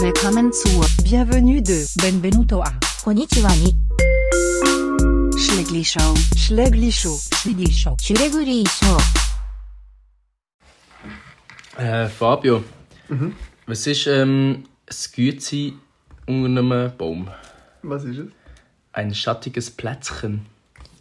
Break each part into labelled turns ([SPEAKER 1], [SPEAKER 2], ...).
[SPEAKER 1] Willkommen zu
[SPEAKER 2] Bienvenue de Benvenuto à
[SPEAKER 3] Konnichiwa ni
[SPEAKER 1] Schlegli Show.
[SPEAKER 2] Schlegli Show. Schlegli Show.
[SPEAKER 3] Schlegli Show.
[SPEAKER 4] Äh, Fabio,
[SPEAKER 5] Mhm.
[SPEAKER 4] was ist ähm, das Gütsein unter einem Baum?
[SPEAKER 5] Was ist es?
[SPEAKER 4] Ein schattiges Plätzchen.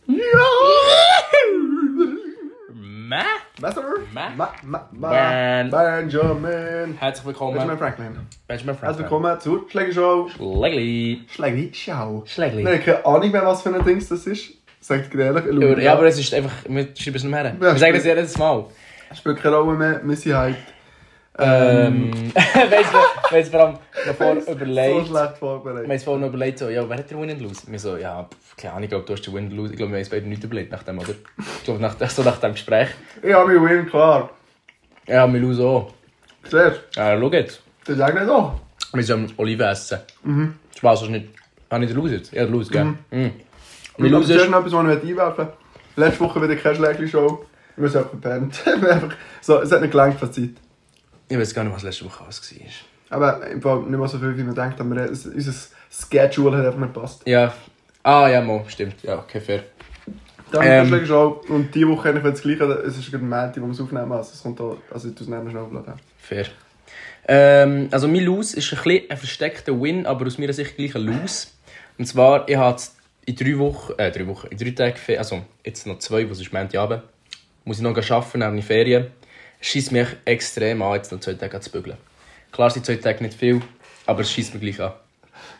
[SPEAKER 4] Mä?
[SPEAKER 5] Messer?
[SPEAKER 4] Ma-
[SPEAKER 5] Ma Ma
[SPEAKER 4] Ben-
[SPEAKER 5] Ma Benjamin.
[SPEAKER 4] Herzlich willkommen.
[SPEAKER 5] Benjamin Franklin.
[SPEAKER 4] Benjamin
[SPEAKER 5] Herzlich
[SPEAKER 4] Franklin.
[SPEAKER 5] willkommen zur Schlägershow.
[SPEAKER 4] Schlägli.
[SPEAKER 5] Schlägli Schau.
[SPEAKER 4] Schlägli.
[SPEAKER 5] Ich habe keine Ahnung mehr, was für ein Ding dus das ist. Sagt dir ehrlich, ich schaue
[SPEAKER 4] Ja, aber
[SPEAKER 5] nach.
[SPEAKER 4] es ist einfach, wir schreiben es nicht mehr. Wir sagen das jedes Mal.
[SPEAKER 5] spielt keine Rolle mehr. Wir sind hyped.
[SPEAKER 4] Ähm, weißt du, weißt du, vor allem davor
[SPEAKER 5] So
[SPEAKER 4] überlegt.
[SPEAKER 5] schlecht
[SPEAKER 4] Wir haben
[SPEAKER 5] vorbereitet.
[SPEAKER 4] uns vorhin noch überlegt, so, ja, wer hat den Win and Lose? Wir so, ja, pff, keine Ahnung, ich glaube, du hast den Win and Lose. Ich glaube, wir haben uns beide nicht überlegt nach dem, oder? Ich glaube, nach, so nach dem Gespräch.
[SPEAKER 5] Ich habe mich Win, klar.
[SPEAKER 4] Ja, wir Lose auch.
[SPEAKER 5] Siehst
[SPEAKER 4] Ja, Äh, schau jetzt.
[SPEAKER 5] du? Sag nicht so.
[SPEAKER 4] Wir sollen Oliven essen. Mhm. Spaß, hast du nicht... Habe ich den Lose jetzt? Ja, den Lose, gell? Mhm. Wir
[SPEAKER 5] Ich habe
[SPEAKER 4] Lose
[SPEAKER 5] zuerst
[SPEAKER 4] ist...
[SPEAKER 5] noch etwas, was ich einwerfen möchte. Letzte Woche wieder keine Schlägli-Show. Wir sind einfach verpennt. Wir haben einfach- so, es hat nicht gelangt von der Zeit.
[SPEAKER 4] Ich weiß gar nicht, was letzte Woche alles war.
[SPEAKER 5] Aber im Fall nicht mehr so viel, wie man denkt. Aber es- unser Schedule hat einfach nicht gepasst.
[SPEAKER 4] Ja. Ah, ja, mo, stimmt. Ja, okay, fair.
[SPEAKER 5] Dann
[SPEAKER 4] Ähm.
[SPEAKER 5] ähm, schlägst auch. Und diese Woche eigentlich, wenn das gleiche es ist gerade ein Montag, wo wir es aufnehmen. Also es kommt da, also du es nehmen schnell aufladen.
[SPEAKER 4] Fair. Ähm, also mein Lose ist ein, bisschen ein versteckter Win, aber aus meiner Sicht gleich ein Lose. Und zwar, ich habe in drei Wochen, äh, drei Wochen, in drei Tagen, Fe- also jetzt noch zwei, was ist Montagabend, muss ich noch gehen arbeiten, dann habe ich Ferien. Es scheisst mich extrem an, jetzt noch zwei Tage zu bügeln. Klar sind zwei Tage nicht viel, aber es scheisst mir gleich an.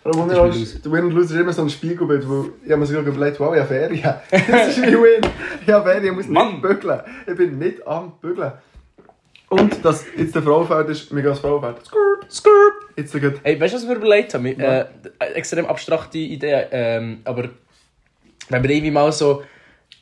[SPEAKER 5] Darum
[SPEAKER 4] Das
[SPEAKER 5] wundert
[SPEAKER 4] ist mein
[SPEAKER 5] mich, der Win and Lose ist immer so ein Spiegelbild, wo ich habe mir sogar überlegt, wow, ich habe Ferien. Das ist mein Win. Ich habe Ferien, ich muss
[SPEAKER 4] Mann.
[SPEAKER 5] nicht bügeln. Ich bin nicht am bügeln. Und dass jetzt der Frauenfeld ist, mir geht das Frauenfeld. Skirt, skirt. Jetzt geht
[SPEAKER 4] Hey, weißt du, was wir überlegt haben? Wir, Äh, extrem abstrakte Idee, ähm, aber wenn wir irgendwie mal so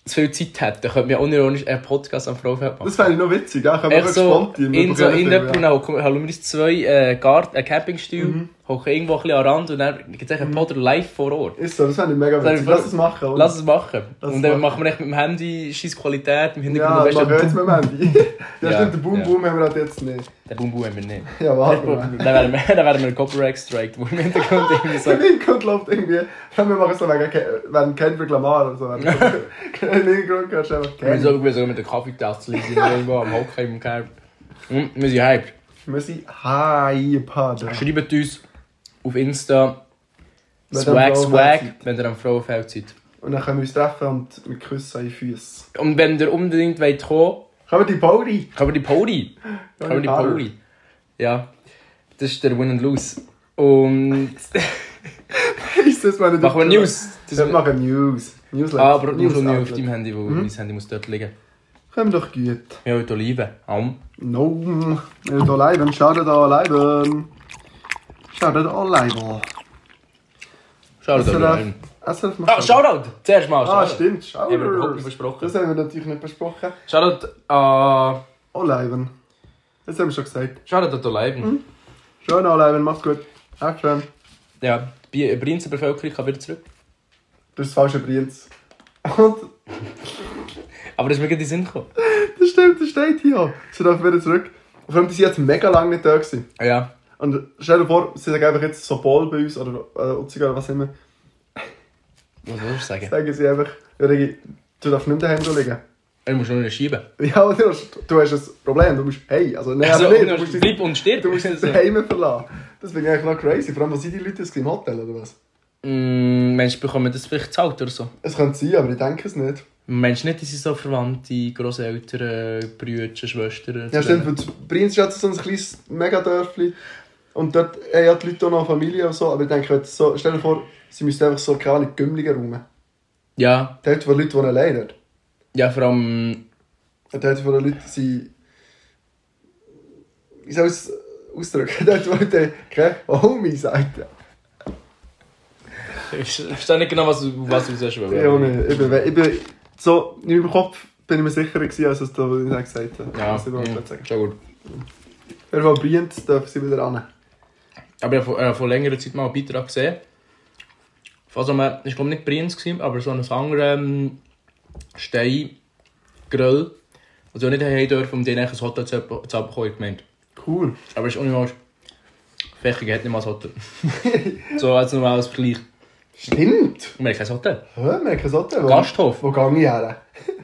[SPEAKER 4] zu viel Zeit hätten, könnten wir unironisch einen Podcast am Frauenfeld machen.
[SPEAKER 5] Das fände ich noch witzig, ja. Ich habe
[SPEAKER 4] Echt
[SPEAKER 5] einfach
[SPEAKER 4] so,
[SPEAKER 5] gespannt.
[SPEAKER 4] in so in der Brunau haben wir uns zwei äh, Garten, einen Campingstuhl, hocken irgendwo ein bisschen am Rand und dann gibt es einen Pod live vor Ort.
[SPEAKER 5] Ist so, das fände ich mega witzig. Lass es machen. oder?
[SPEAKER 4] Lass es machen.
[SPEAKER 5] Lass
[SPEAKER 4] und
[SPEAKER 5] es
[SPEAKER 4] dann
[SPEAKER 5] machen.
[SPEAKER 4] machen wir echt mit dem Handy scheiß Qualität, im
[SPEAKER 5] Ja,
[SPEAKER 4] Hintergrund
[SPEAKER 5] man hört
[SPEAKER 4] weißt
[SPEAKER 5] es mit dem Handy. Ja,
[SPEAKER 4] Ja,
[SPEAKER 5] stimmt, den Boom
[SPEAKER 4] ja.
[SPEAKER 5] Boom haben wir halt jetzt nicht.
[SPEAKER 4] du, den Boom Boom haben wir nicht.
[SPEAKER 5] Ja,
[SPEAKER 4] Dann
[SPEAKER 5] warte mal.
[SPEAKER 4] wären wir, dann wären wir ein Copyright Strike, wo im Hintergrund irgendwie so.
[SPEAKER 5] Im Hintergrund läuft irgendwie, wenn wir machen so wegen Ke- wenn Kendrick Lamar oder so. Wenn Im Hintergrund hörst du einfach
[SPEAKER 4] Wir sind
[SPEAKER 5] Kendrick.
[SPEAKER 4] so- wir sind so mit der Kaffeetasse liegen wir irgendwo am Hocken im Camp. Hm, wir sind hyped.
[SPEAKER 5] Wir sind hyped.
[SPEAKER 4] Schreibt uns auf Insta
[SPEAKER 5] Wenn
[SPEAKER 4] Swag
[SPEAKER 5] ihr am Frauenfeld
[SPEAKER 4] Swag,
[SPEAKER 5] seid.
[SPEAKER 4] wenn ihr am Frauenfeld seid.
[SPEAKER 5] Und dann können wir uns treffen und wir küssen die Füße.
[SPEAKER 4] Und wenn ihr unbedingt wollt kommen
[SPEAKER 5] Kommen die Pauli?
[SPEAKER 4] Können wir die Poli? Können wir die
[SPEAKER 5] Harder.
[SPEAKER 4] Poli? Ja. Das ist der Win and Lose. Und.
[SPEAKER 5] Ist das meine
[SPEAKER 4] Machen wir News! Das
[SPEAKER 5] Wir machen News. Newsletter.
[SPEAKER 4] ah, aber nur schon nur auf
[SPEAKER 5] Outlet. Mhm.
[SPEAKER 4] deinem Handy, weil mein Handy muss dort liegen.
[SPEAKER 5] Komm doch gut.
[SPEAKER 4] Wir haben heute Oliven. Am.
[SPEAKER 5] No. Wir sind allein. Schaut da allein. Schaut da allein.
[SPEAKER 4] Shoutout an
[SPEAKER 5] SRF.
[SPEAKER 4] Oliven.
[SPEAKER 5] SRF macht
[SPEAKER 4] Ah, Shoutout! Zuerst mal.
[SPEAKER 5] Ah,
[SPEAKER 4] Shoutout.
[SPEAKER 5] stimmt. Schau.
[SPEAKER 4] Haben wir überhaupt nicht besprochen.
[SPEAKER 5] Das haben wir natürlich nicht besprochen.
[SPEAKER 4] Shoutout an.
[SPEAKER 5] Oliven. Das haben wir schon gesagt.
[SPEAKER 4] Shoutout an die Oliven.
[SPEAKER 5] Mhm. Schön, Oliven, mach's gut. Action.
[SPEAKER 4] Ja, die Brinzer Bevölkerung kann wieder zurück.
[SPEAKER 5] Das ist das falsche Brienz. Und
[SPEAKER 4] Aber das ist mir gerade in den Sinn gekommen.
[SPEAKER 5] das stimmt, das steht hier. Sie dürfen wieder zurück. Und vor allem, die sind jetzt mega lange nicht da gewesen.
[SPEAKER 4] Ja.
[SPEAKER 5] Und stell dir vor, sie sagen einfach jetzt so Ball bei uns oder äh, Utzig oder was immer.
[SPEAKER 4] Was soll ich sagen?
[SPEAKER 5] Sagen sie einfach, ja, Regi, du darfst nicht daheim liegen.
[SPEAKER 4] Er muss nur eine Scheibe.
[SPEAKER 5] Ja, aber du hast, du hast ein Problem, du musst hey. Also, nein,
[SPEAKER 4] Also,
[SPEAKER 5] aber nicht.
[SPEAKER 4] du
[SPEAKER 5] Du
[SPEAKER 4] musst-
[SPEAKER 5] musst dein-
[SPEAKER 4] bleib und also. stirb.
[SPEAKER 5] du musst dein
[SPEAKER 4] So.
[SPEAKER 5] Heim verlassen. Das finde ich eigentlich noch crazy. Vor allem, wo sind die Leute jetzt im Hotel oder was?
[SPEAKER 4] Mm, Meinst du, bekommen das vielleicht zahlt oder so?
[SPEAKER 5] Es könnte sein, aber ich denke es nicht.
[SPEAKER 4] Meinst du nicht, dass sie so Verwandte, Großeltern, Brüder, Schwestern?
[SPEAKER 5] Ja, stimmt, weil das Prinz ist ja so ein kleines Megadörfli. Und dort haben ja die Leute auch noch Familie und so. Aber ich denke, jetzt so, stell dir vor, sie müssen einfach so, keine Ahnung, Gümmlinge rum.
[SPEAKER 4] Ja,
[SPEAKER 5] Dort, wo Leute wohnen, leider.
[SPEAKER 4] ja, vor allem.
[SPEAKER 5] Und dort, wo die Leute sind. Wie soll ich es ausdrücken? Dort, wo der kein Homie sagt.
[SPEAKER 4] Ich verstehe nicht genau, was du was du sagst. aber-
[SPEAKER 5] Ja, ohne. Ich bin, ich bin so, in meinem Kopf bin ich mir sicherer gewesen, als es da nicht gesagt hat.
[SPEAKER 4] Ja,
[SPEAKER 5] Das muss ich
[SPEAKER 4] mhm,
[SPEAKER 5] mal sagen.
[SPEAKER 4] schon gut.
[SPEAKER 5] Auf jeden Fall, Brienz dürfen sie wieder ran.
[SPEAKER 4] Aber ich habe vor, äh, vor längerer Zeit mal einen Beitrag gesehen. Von so einem, ich glaube nicht Prinz, gewesen, aber so einem anderen Stein, Also Grill, die sie nicht haben dürfen, um denen ein Hotel zu zu bekommen, gemeint.
[SPEAKER 5] Cool.
[SPEAKER 4] Aber es ist auch nicht falsch. Fächigen hat nicht mal ein Hotel. so also als normales Vergleich.
[SPEAKER 5] Stimmt!
[SPEAKER 4] Wir haben kein Hotel.
[SPEAKER 5] Hä, wir haben kein Hotel. Wo-
[SPEAKER 4] Gasthof.
[SPEAKER 5] Wo gehe ich her?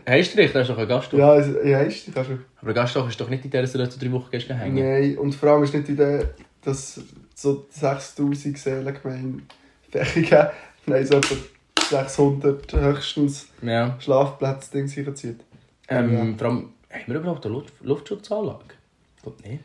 [SPEAKER 4] Heistrich, da ist doch ein Gasthof.
[SPEAKER 5] Ja, es- ja, ist das schon.
[SPEAKER 4] Aber ein Gasthof ist doch nicht in der, dass du dort drei Wochen gehst hängen.
[SPEAKER 5] Nein, und vor allem ist nicht in der, dass so 6000 Seelen gemein Fächigen, nein, so etwa 600 höchstens
[SPEAKER 4] Ja.
[SPEAKER 5] Schlafplätze Dings hinzieht.
[SPEAKER 4] Ähm, Vor allem, haben wir überhaupt eine Luft Luftschutzanlage? Ich glaube nicht.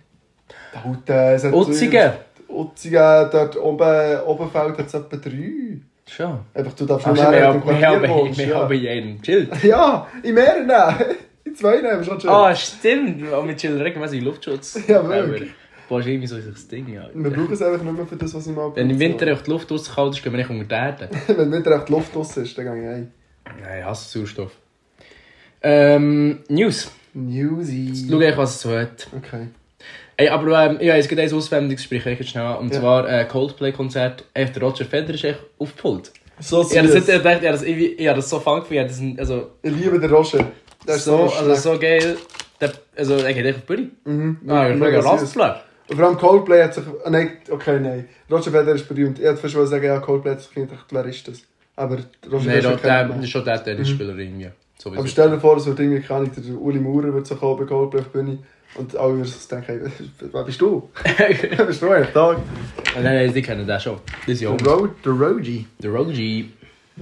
[SPEAKER 5] Da haut äh, es hat-
[SPEAKER 4] Utzigen.
[SPEAKER 5] Utzigen, dort oben, Oberfeld hat es etwa drei.
[SPEAKER 4] Schon.
[SPEAKER 5] Einfach, du darfst
[SPEAKER 4] Ach, Ah, wir
[SPEAKER 5] nur näher
[SPEAKER 4] haben
[SPEAKER 5] mit dem
[SPEAKER 4] wir haben-
[SPEAKER 5] Quartier wohnst,
[SPEAKER 4] wir
[SPEAKER 5] ja.
[SPEAKER 4] haben jeden Chill.
[SPEAKER 5] Ja, in mehreren. äh, In zwei nehmen schon schön.
[SPEAKER 4] Ah, stimmt. Wir wir chillen regelmäßig Luftschutz.
[SPEAKER 5] Ja, wirklich.
[SPEAKER 4] Boah, ist irgendwie so ein Ding. Ja.
[SPEAKER 5] Wir brauchen es einfach nur mehr für das, was ich mal
[SPEAKER 4] Wenn im
[SPEAKER 5] benutze.
[SPEAKER 4] Winter auch die Luft rauskalt ist, gehen wir nicht unter die Erde.
[SPEAKER 5] Wenn im Winter echt die Luft raus ist, dann gehe ich ein.
[SPEAKER 4] Nein, ich hasse Sauerstoff. Ähm, News. Schau
[SPEAKER 5] Newsy.
[SPEAKER 4] ich, was es so hat.
[SPEAKER 5] Okay.
[SPEAKER 4] Ey, aber ähm, ja, es gibt eins auswendiges Gespräch, ich jetzt schnell an. Und
[SPEAKER 5] Ja.
[SPEAKER 4] zwar äh, Coldplay-Konzert. Echt, der Roger Federer ist echt aufgepult.
[SPEAKER 5] So
[SPEAKER 4] Ich habe das,
[SPEAKER 5] süß.
[SPEAKER 4] nicht gedacht, ich habe das, irgendwie- ich habe das so fun gefunden. ich habe Das, n- also,
[SPEAKER 5] Ich liebe den Roger. Der ist so,
[SPEAKER 4] so, also,
[SPEAKER 5] schlecht.
[SPEAKER 4] so geil. Der, also, er geht echt auf die Bühne.
[SPEAKER 5] Mhm.
[SPEAKER 4] Ah, ich
[SPEAKER 5] Mega
[SPEAKER 4] frage
[SPEAKER 5] süß.
[SPEAKER 4] Raspler.
[SPEAKER 5] Und vor allem Coldplay hat sich... ah, Nein, okay, nein. Roger Federer ist berühmt. Ich hätte fast wollen sagen, ja, Coldplay hat sich gedacht, wer ist das? Aber Roger
[SPEAKER 4] Nein,
[SPEAKER 5] Federer
[SPEAKER 4] der,
[SPEAKER 5] ist
[SPEAKER 4] der,
[SPEAKER 5] ja kein
[SPEAKER 4] das ist
[SPEAKER 5] Mensch.
[SPEAKER 4] schon der Tennisspieler irgendwie. Sowieso.
[SPEAKER 5] Aber Mhm. stell dir vor, es wird irgendwie, keine Ahnung, der Uli Maurer wird so kommen bei Coldplay auf die Bühne und alle würden sich denken, hey, wer bist du? wer bist du eigentlich? Da,
[SPEAKER 4] Oh, Nein, nein, die kennen den schon. Das ist ja auch.
[SPEAKER 5] der Ro- der Rogi.
[SPEAKER 4] Der Rogi.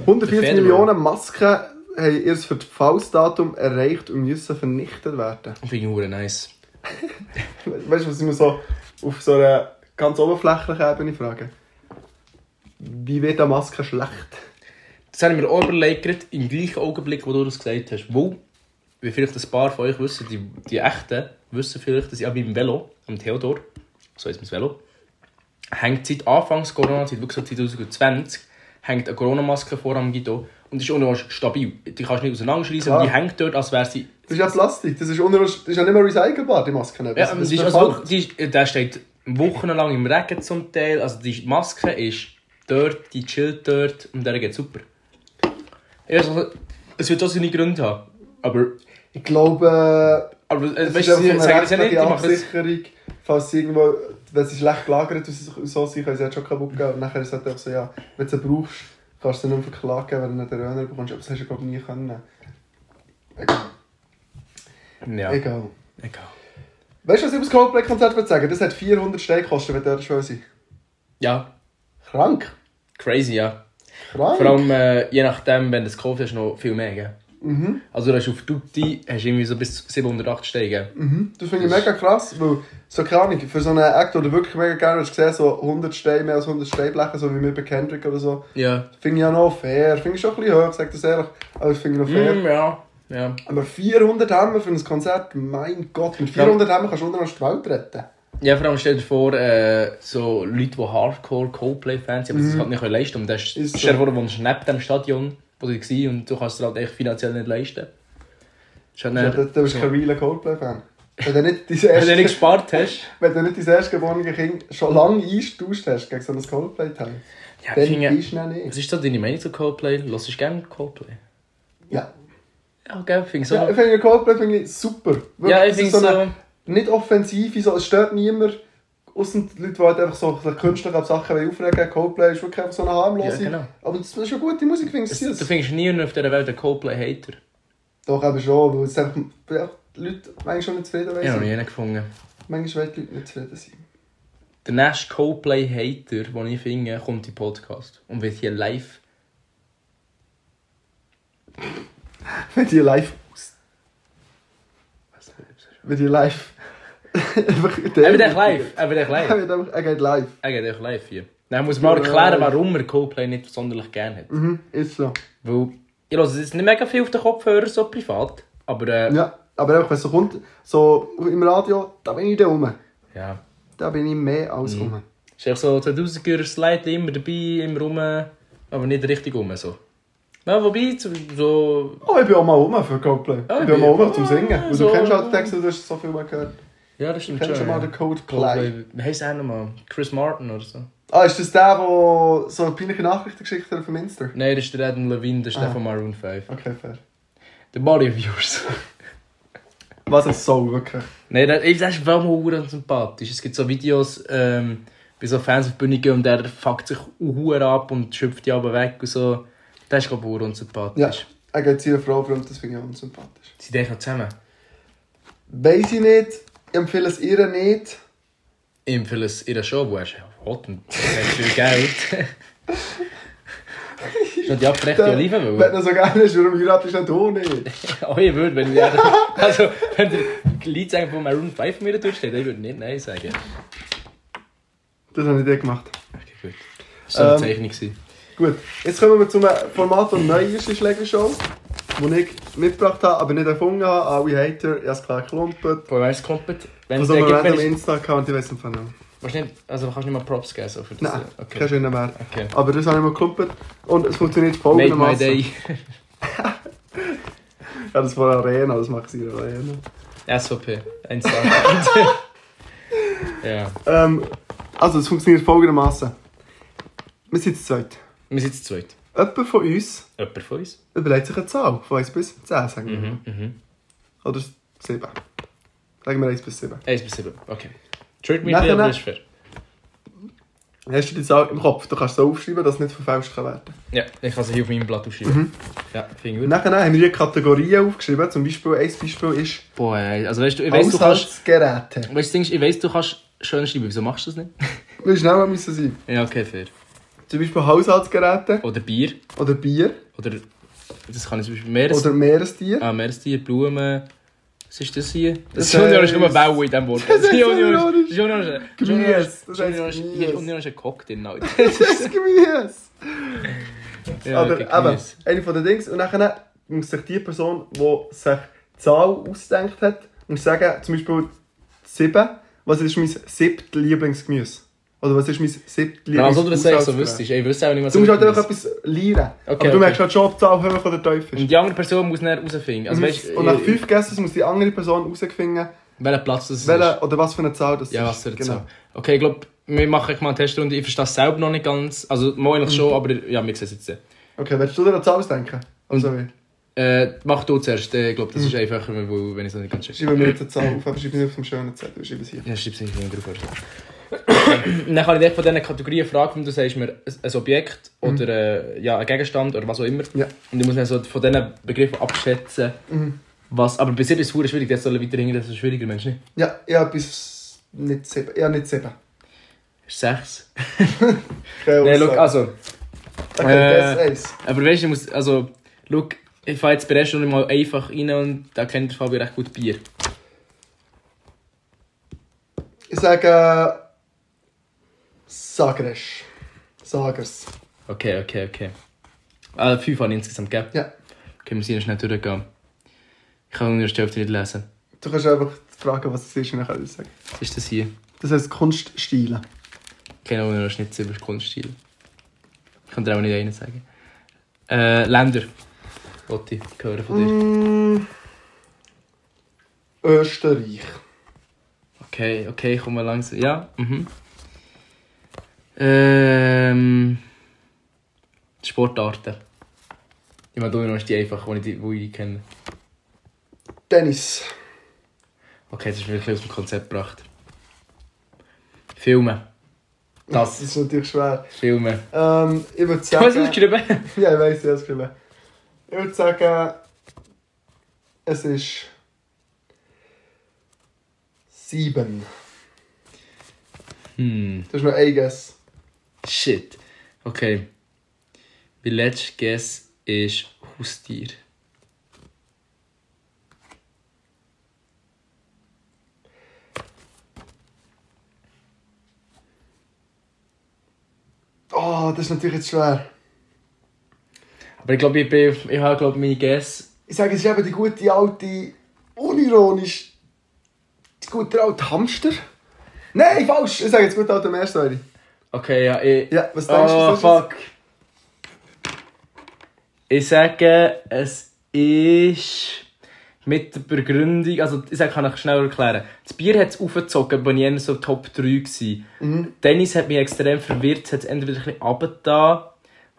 [SPEAKER 5] 140
[SPEAKER 4] Federer.
[SPEAKER 5] Millionen Masken haben erst für das Faustdatum erreicht und müssen vernichtet werden.
[SPEAKER 4] Finde ich hure nice.
[SPEAKER 5] We- Weißt du, was ich mir so auf so einer ganz oberflächlichen Ebene frage? Wie wird eine Maske schlecht?
[SPEAKER 4] Das haben wir auch überlegt, gerade im gleichen Augenblick, wo du das gesagt hast. Wo, wie vielleicht ein paar von euch wissen, die, die Echten, wissen vielleicht, dass ich auch beim Velo, am Theodor, so heisst mein Velo, hängt seit Anfangs Corona-Zeit, wirklich seit 2020, hängt eine Corona-Maske vor am Guido und die ist unerwartet stabil. Die kannst du nicht auseinanderschreissen,
[SPEAKER 5] Klar.
[SPEAKER 4] und die hängt dort, als wäre sie...
[SPEAKER 5] Das ist ja Plastik, das ist, unter, das ist ja nicht mehr recycelbar, die Maske.
[SPEAKER 4] Ja, und die ist also wirklich, die ist, der steht wochenlang im Regen zum Teil, also die Maske ist dort, die chillt dort und der geht super. Ja, also, es wird auch seine Gründe haben, aber...
[SPEAKER 5] ich glaube,
[SPEAKER 4] Aber äh,
[SPEAKER 5] es
[SPEAKER 4] weißt
[SPEAKER 5] ist
[SPEAKER 4] du, sie
[SPEAKER 5] einfach so
[SPEAKER 4] sagen
[SPEAKER 5] eine
[SPEAKER 4] es ja nicht, die
[SPEAKER 5] rechtliche
[SPEAKER 4] machen es.
[SPEAKER 5] Absicherung, falls sie irgendwo, wenn sie schlecht gelagert ist, so sein, können sie jetzt schon kaputt gehen. Und nachher ist es halt einfach so, ja, wenn du sie brauchst, kannst du sie nicht mehr verklagen, wenn du nicht den Röner bekommst. Aber das hast du, glaube ich, nie können.
[SPEAKER 4] Ja, egal.
[SPEAKER 5] Egal. Weißt du, was ich über das Coldplay-Konzert würde sagen? Das hat 400 Steine gekostet, wenn du da schon sein.
[SPEAKER 4] Ja,
[SPEAKER 5] Krank!
[SPEAKER 4] crazy, ja.
[SPEAKER 5] Krank!
[SPEAKER 4] Vor allem, äh, je nachdem, wenn du es kaufst, hast du noch viel mehr, gell?
[SPEAKER 5] Mhm.
[SPEAKER 4] Also, du hast auf Tutti hast du irgendwie so bis 708 Steine, gell?
[SPEAKER 5] Mhm. Das finde ich mega krass, weil, so keine Ahnung, für so einen Act, den du wirklich mega gerne hast gesehen, so 100 Steine, mehr als 100 Steinblechen, so wie mit Kendrick oder so,
[SPEAKER 4] Ja.
[SPEAKER 5] finde ich ja noch fair. Finde ich schon ein bisschen hoch, sag das ehrlich, aber ich finde ich noch fair.
[SPEAKER 4] Mm, ja. Ja.
[SPEAKER 5] Aber 400 Hemmen für ein Konzert, mein Gott, mit 400 Hemmen kannst du unter die Welt retten.
[SPEAKER 4] ja, vor allem stell dir vor, äh, so Leute, die Hardcore Coldplay-Fans sind, aber sie es halt nicht können leisten können. Und dann stell
[SPEAKER 5] Mhm. Ist so.
[SPEAKER 4] dir vor, du wohnst neben dem Stadion, wo du warst, und du kannst es dir halt echt finanziell nicht leisten. Ist halt
[SPEAKER 5] Ja,
[SPEAKER 4] nicht,
[SPEAKER 5] da, da bist du kein realer Coldplay-Fan. Wenn du nicht dein
[SPEAKER 4] wenn du nicht
[SPEAKER 5] erste-
[SPEAKER 4] gespart hast.
[SPEAKER 5] wenn du nicht dein erstgeborene Kind schon lange eingetauscht hast gegen so ein Coldplay-Teil,
[SPEAKER 4] Ja,
[SPEAKER 5] dann
[SPEAKER 4] ich finde-
[SPEAKER 5] bist du noch nicht.
[SPEAKER 4] Was ist so deine Meinung zu Coldplay? Lass ich gerne Coldplay.
[SPEAKER 5] Ja.
[SPEAKER 4] Ja, gell, finde ich so.
[SPEAKER 5] ja ich finde Coldplay finde ich super. Wirklich,
[SPEAKER 4] Ja, ich
[SPEAKER 5] das ist
[SPEAKER 4] finde
[SPEAKER 5] eine Nicht offensiv, so, es stört niemand. Außer die Leute, die halt einfach so sich künstlich ab Sachen wollen aufregen Coldplay ist wirklich einfach so eine harmlose.
[SPEAKER 4] Ja, genau.
[SPEAKER 5] Aber das ist schon gute Musik, finde ich.
[SPEAKER 4] du
[SPEAKER 5] süß.
[SPEAKER 4] findest nie auf dieser Welt einen Coldplay-Hater.
[SPEAKER 5] Doch, eben schon, weil es einfach, ja, die Leute manchmal schon nicht zufrieden
[SPEAKER 4] Ich habe noch
[SPEAKER 5] sind.
[SPEAKER 4] nie einen gefunden.
[SPEAKER 5] Manchmal wollen die Leute nicht zufrieden sein.
[SPEAKER 4] Der nächste Coldplay-Hater, den ich finde, kommt in den Podcast und wird hier live.
[SPEAKER 5] Wenn die live aus. Wenn die live. einfach
[SPEAKER 4] Er wird echt live. Er wird echt
[SPEAKER 5] Er
[SPEAKER 4] live.
[SPEAKER 5] wird einfach, er geht live.
[SPEAKER 4] Er geht echt live hier. Nou, Dann muss man auch erklären, warum er Coldplay nicht sonderlich gerne hat.
[SPEAKER 5] Mhm, ist so.
[SPEAKER 4] Weil ich höre jetzt nicht mega viel auf den Kopfhörer, so privat. Aber äh, ja.
[SPEAKER 5] Ja, aber einfach, wenn es so kommt, so im Radio, da bin ich da rum. Da bin ich mehr als rum.
[SPEAKER 4] Ist echt so 2000er Slide immer dabei, immer rum, aber nicht richtig rum. So. Nou, Ja, wobei, zu- so
[SPEAKER 5] Oh, ich bin auch mal rum für Coldplay.
[SPEAKER 4] Ah,
[SPEAKER 5] ich
[SPEAKER 4] ich
[SPEAKER 5] bin
[SPEAKER 4] bin-
[SPEAKER 5] auch mal rum zum Singen.
[SPEAKER 4] Ah,
[SPEAKER 5] Und du
[SPEAKER 4] so.
[SPEAKER 5] kennst auch die Texte, du hast so viel mal gehört.
[SPEAKER 4] Ja, das stimmt
[SPEAKER 5] Kennst du mal den Coldplay?
[SPEAKER 4] Coldplay. Wie heisst er nochmal? Chris Martin oder so?
[SPEAKER 5] Ah, ist das der, der so peinliche Nachrichten geschickt hat auf dem Insta?
[SPEAKER 4] Nein, das ist der Adam Levine, das ist
[SPEAKER 5] Ah.
[SPEAKER 4] der von Maroon 5.
[SPEAKER 5] Okay, fair.
[SPEAKER 4] The Body of Yours.
[SPEAKER 5] Was ein Soul, wirklich.
[SPEAKER 4] Nein, der, ey, der ist wel mal verdammt sympathisch. Es gibt so Videos, ähm, bei so Fans auf die Bühne gehen und der fuckt sich Uhr ab und schöpft die aber weg und so. Das ist, glaube ich, unsympathisch.
[SPEAKER 5] Ja, er geht seiner Frau fremd, das finde ich auch unsympathisch.
[SPEAKER 4] Sind die eigentlich noch zusammen?
[SPEAKER 5] Weiß ich nicht, ich empfehle es ihr nicht.
[SPEAKER 4] Ich empfehle es ihrer Show, wo er ist hot und hat viel Geld. Ist noch die abgerechte Olivenöl?
[SPEAKER 5] Wenn du so gerne ist, warum heiratest du nicht ohne?
[SPEAKER 4] Oh, ich würde, wenn ich Also, wenn der Leadsänger von Maroon 5 von mir durchsteht, ich würde nicht Nein sagen.
[SPEAKER 5] Das habe ich dir gemacht.
[SPEAKER 4] Okay, gut. Das war so eine
[SPEAKER 5] Ähm,
[SPEAKER 4] Zeichnung. gewesen.
[SPEAKER 5] Gut, jetzt kommen wir zu einem Format, das neu ist in Schlägershow. Das ich mitgebracht habe, aber nicht erfunden habe. Alle Hater, ich habe es klar geklumpert.
[SPEAKER 4] Von wer es kommt, bitte? wenn
[SPEAKER 5] Und
[SPEAKER 4] es
[SPEAKER 5] so
[SPEAKER 4] den
[SPEAKER 5] einen
[SPEAKER 4] gibt, wenn
[SPEAKER 5] random
[SPEAKER 4] ich...
[SPEAKER 5] Insta-Account, ich weiß nicht von ihm.
[SPEAKER 4] Weißt du nicht, also kannst du nicht mal Props geben so für das...
[SPEAKER 5] Nein,
[SPEAKER 4] okay.
[SPEAKER 5] kein schöner mehr.
[SPEAKER 4] Okay.
[SPEAKER 5] Aber das habe ich mal geklumpert. Und es funktioniert
[SPEAKER 4] Made my
[SPEAKER 5] folgendermaßen.
[SPEAKER 4] day.
[SPEAKER 5] Ja, das war eine Arena, das macht sie in der Arena.
[SPEAKER 4] SVP. Ein Star. Ja.
[SPEAKER 5] Ähm, also, es funktioniert folgendermaßen. Wir sind zu zweit.
[SPEAKER 4] Wir sind zu zweit.
[SPEAKER 5] Jemand von uns
[SPEAKER 4] Jemand von uns?
[SPEAKER 5] überlegt sich eine Zahl von 1 bis 10, sagen wir.
[SPEAKER 4] Mhm, mhm.
[SPEAKER 5] Oder 7. Sagen wir 1 bis 7.
[SPEAKER 4] 1 bis 7, okay. Trick mich
[SPEAKER 5] Nachher- ne-
[SPEAKER 4] nicht, aber das ist fair.
[SPEAKER 5] Hast du die Zahl im Kopf? Du kannst so aufschreiben, dass es nicht verfälscht kann werden
[SPEAKER 4] Ja, ich kann sie hier auf meinem Blatt aufschreiben.
[SPEAKER 5] Mhm.
[SPEAKER 4] Ja, finde ich gut.
[SPEAKER 5] Nachher haben wir die Kategorien aufgeschrieben. Zum Beispiel, ein Beispiel ist
[SPEAKER 4] Boah, ey, also weißt du, ich weiss, du kannst...
[SPEAKER 5] Haushaltsgeräte.
[SPEAKER 4] Weißt du, das Ding ist, ich weiss, du kannst schön schreiben, wieso machst du das nicht?
[SPEAKER 5] genau, Wir müssen schnell müssen sein.
[SPEAKER 4] Ja, okay, fair.
[SPEAKER 5] Zum Beispiel Haushaltsgeräte
[SPEAKER 4] Oder Bier.
[SPEAKER 5] oder Bier
[SPEAKER 4] Oder. Das kann ich zum Beispiel Meeres.
[SPEAKER 5] oder Meerestier.
[SPEAKER 4] ah, Meerestier, Blumen. Was ist das hier? Das,
[SPEAKER 5] Das
[SPEAKER 4] Junior ist nur
[SPEAKER 5] heisst-
[SPEAKER 4] Bau in diesem Wort.
[SPEAKER 5] Das heisst
[SPEAKER 4] Junior
[SPEAKER 5] Junior
[SPEAKER 4] ist.
[SPEAKER 5] ist-
[SPEAKER 4] Junior ist.
[SPEAKER 5] Gemüse.
[SPEAKER 4] Junior ist.
[SPEAKER 5] Das heisst
[SPEAKER 4] Junior ist.
[SPEAKER 5] Gemüse.
[SPEAKER 4] hier ist- Junior ist ein Cocktail. Alter.
[SPEAKER 5] Das ist Gemüse.
[SPEAKER 4] Ja,
[SPEAKER 5] aber
[SPEAKER 4] okay,
[SPEAKER 5] eben,
[SPEAKER 4] Gemüse.
[SPEAKER 5] eine von den Dings. Und dann muss sich die Person, die sich die Zahl ausgedacht hat, muss sagen, zum Beispiel 7, was ist mein siebtes Lieblingsgemüse? Oder was ist mein siebtes
[SPEAKER 4] Na, Also, du das sagst, so
[SPEAKER 5] Haushaltsgerät?
[SPEAKER 4] wüsstest. Ich wüsste auch nicht, was
[SPEAKER 5] Du musst halt
[SPEAKER 4] ich
[SPEAKER 5] einfach
[SPEAKER 4] weiss.
[SPEAKER 5] etwas lernen. aber du
[SPEAKER 4] okay.
[SPEAKER 5] merkst halt schon, ob die Zahl hoch oder tief ist.
[SPEAKER 4] Und die andere Person muss dann herausfinden. Also, weißt
[SPEAKER 5] und nach
[SPEAKER 4] ich-
[SPEAKER 5] fünf Gästen muss die andere Person herausfinden,
[SPEAKER 4] Welcher Genau. Platz das
[SPEAKER 5] welche oder was für eine Zahl das
[SPEAKER 4] ist. Ja,
[SPEAKER 5] ist. Genau.
[SPEAKER 4] was für eine Zahl. Okay, ich glaube, wir machen mal eine Testrunde. Ich verstehe es selber noch nicht ganz. Also, moin noch schon, aber ja, wir sehen es jetzt.
[SPEAKER 5] Okay, willst du dir eine Zahl ausdenken? Also, wie?
[SPEAKER 4] Äh, mach du zuerst. Ich glaube, das ist einfacher, weil- wenn Mhm. ich es noch nicht ganz schätze.
[SPEAKER 5] Schreiben wir jetzt eine Zahl auf, aber schreib nicht auf dem schönen Zettel, schreib es hier.
[SPEAKER 4] Ja, schreib's nicht mehr drauf. Und dann kann ich dich von diesen Kategorien fragen, wenn du sagst mir ein- ein Objekt oder äh, ja, ein Gegenstand oder was auch immer.
[SPEAKER 5] Ja.
[SPEAKER 4] Und ich muss dann so von diesen Begriffen abschätzen, was. Aber bis jetzt ist es verdammt schwierig, das soll weiter hingehen, das ist schwieriger, Mensch. nicht?
[SPEAKER 5] Ja, ich habe bis nicht sieben. Ja, nicht sieben.
[SPEAKER 4] Ist sechs.
[SPEAKER 5] Keine
[SPEAKER 4] Nein, schau,
[SPEAKER 5] Aussage.
[SPEAKER 4] also.
[SPEAKER 5] Okay, das
[SPEAKER 4] äh,
[SPEAKER 5] eins.
[SPEAKER 4] Aber weißt du, ich muss. Also, schau, ich fahre jetzt bei der Stunde mal einfach rein und da kennt der Fabi recht gut Bier.
[SPEAKER 5] Ich sage. Sagres. Sagers.
[SPEAKER 4] Okay, okay, okay. Ah, fünf habe ich insgesamt, gell?
[SPEAKER 5] Ja.
[SPEAKER 4] Okay, wir sind schnell durchgehen. Ich kann nur die Hälfte nicht lesen.
[SPEAKER 5] Du kannst einfach fragen, was es ist, und dann kann ich sagen.
[SPEAKER 4] Was ist das hier?
[SPEAKER 5] Das heißt Kunststile.
[SPEAKER 4] Keine Ahnung, noch Schnitzel über Kunststil. Ich kann dir auch nicht einen sagen. Äh, Länder. Otti, gehören von dir.
[SPEAKER 5] Mm. Österreich.
[SPEAKER 4] Okay, okay, ich komme langsam. Ja, mhm. Ähm. Sportarten. Ich meine, du noch die einfach, die ich, die- wo ich die kenne.
[SPEAKER 5] Tennis.
[SPEAKER 4] Okay, das ist wirklich aus dem Konzept gebracht. Filme. Das.
[SPEAKER 5] Das ist natürlich schwer.
[SPEAKER 4] Filme.
[SPEAKER 5] Ähm, ich würde
[SPEAKER 4] Du hast es
[SPEAKER 5] sagen.
[SPEAKER 4] geschrieben?
[SPEAKER 5] Ja, ich weiß, ich habe es geschrieben. Ich würde sagen, es ist. sieben.
[SPEAKER 4] Hm.
[SPEAKER 5] Das ist nur ein Guess.
[SPEAKER 4] Shit. Okay. Mein letzter Guess ist Haustier.
[SPEAKER 5] Oh, das ist natürlich jetzt schwer.
[SPEAKER 4] Aber ich glaube, ich, bin, ich habe glaub, meine Guess.
[SPEAKER 5] Ich sage, es ist eben die gute alte, unironisch, die gute alte Hamster. Nein, falsch! Ich sage jetzt gute alte Meersäure.
[SPEAKER 4] Okay, ja, ich.
[SPEAKER 5] Ja, was denkst du,
[SPEAKER 4] Oh,
[SPEAKER 5] was ist
[SPEAKER 4] fuck. Ich sage, es ist. Mit der Begründung, also ich sage, kann ich schnell erklären. Das Bier hat es aufgezogen, bei mir so Top 3 gewesen. Tennis hat mich extrem verwirrt, hat es entweder ein bisschen runtergetan,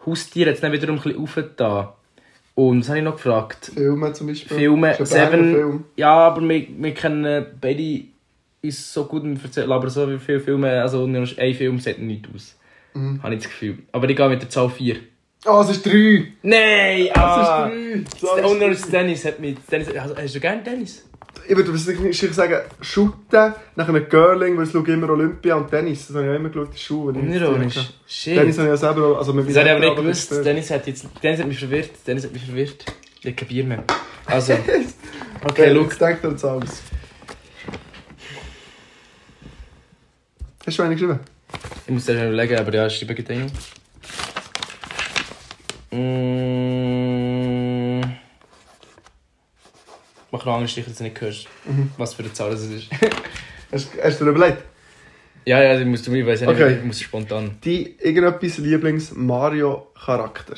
[SPEAKER 4] Haustier hat es dann wiederum ein bisschen aufgetan. Und was habe ich noch gefragt?
[SPEAKER 5] Filme zum Beispiel.
[SPEAKER 4] Filme,
[SPEAKER 5] Das ist ein
[SPEAKER 4] Seven.
[SPEAKER 5] Film.
[SPEAKER 4] Ja, aber wir, wir kennen äh, beide uns so gut im erzählen, aber so wie viele Filme, also nur ein Film sieht nichts aus.
[SPEAKER 5] Mhm.
[SPEAKER 4] Habe ich das Gefühl. Aber ich gehe mit der Zahl 4.
[SPEAKER 5] Oh, es ist 3!
[SPEAKER 4] Nein! Ah!
[SPEAKER 5] Es ist 3!
[SPEAKER 4] Der Owner ist Dennis, hat mich. Dennis, hast, hast du gerne Dennis?
[SPEAKER 5] Ich würde sicher sagen, Shooten, nachher einem Girling, weil ich schaue immer Olympia und Tennis. Das habe ich auch immer geschaut, die Schuhe. wenn ich
[SPEAKER 4] Nicht
[SPEAKER 5] das
[SPEAKER 4] ironisch.
[SPEAKER 5] gesehen habe.
[SPEAKER 4] Shit.
[SPEAKER 5] Tennis habe ich ja selber auch- also mit
[SPEAKER 4] Das
[SPEAKER 5] meinen
[SPEAKER 4] hätte ich aber nicht
[SPEAKER 5] Eltern
[SPEAKER 4] gewusst.
[SPEAKER 5] gespielt.
[SPEAKER 4] Dennis hat, jetzt, Dennis hat mich verwirrt. Dennis hat mich verwirrt. Ich kapiere mehr. Also. Okay, look.
[SPEAKER 5] Jetzt denkt er uns aus. Hast du einen geschrieben?
[SPEAKER 4] Ich muss erst mal überlegen, aber ja, ich schreibe gerade hin. Mm. Mach noch Angst, dass du jetzt nicht hörst,
[SPEAKER 5] Mhm.
[SPEAKER 4] was für eine Zahl das ist.
[SPEAKER 5] Hast, hast du dir überlegt?
[SPEAKER 4] ja, ja, ich muss du mir weiss ja nicht,
[SPEAKER 5] Okay.
[SPEAKER 4] ich muss spontan.
[SPEAKER 5] Dein irgendetwas Lieblings-Mario-Charakter?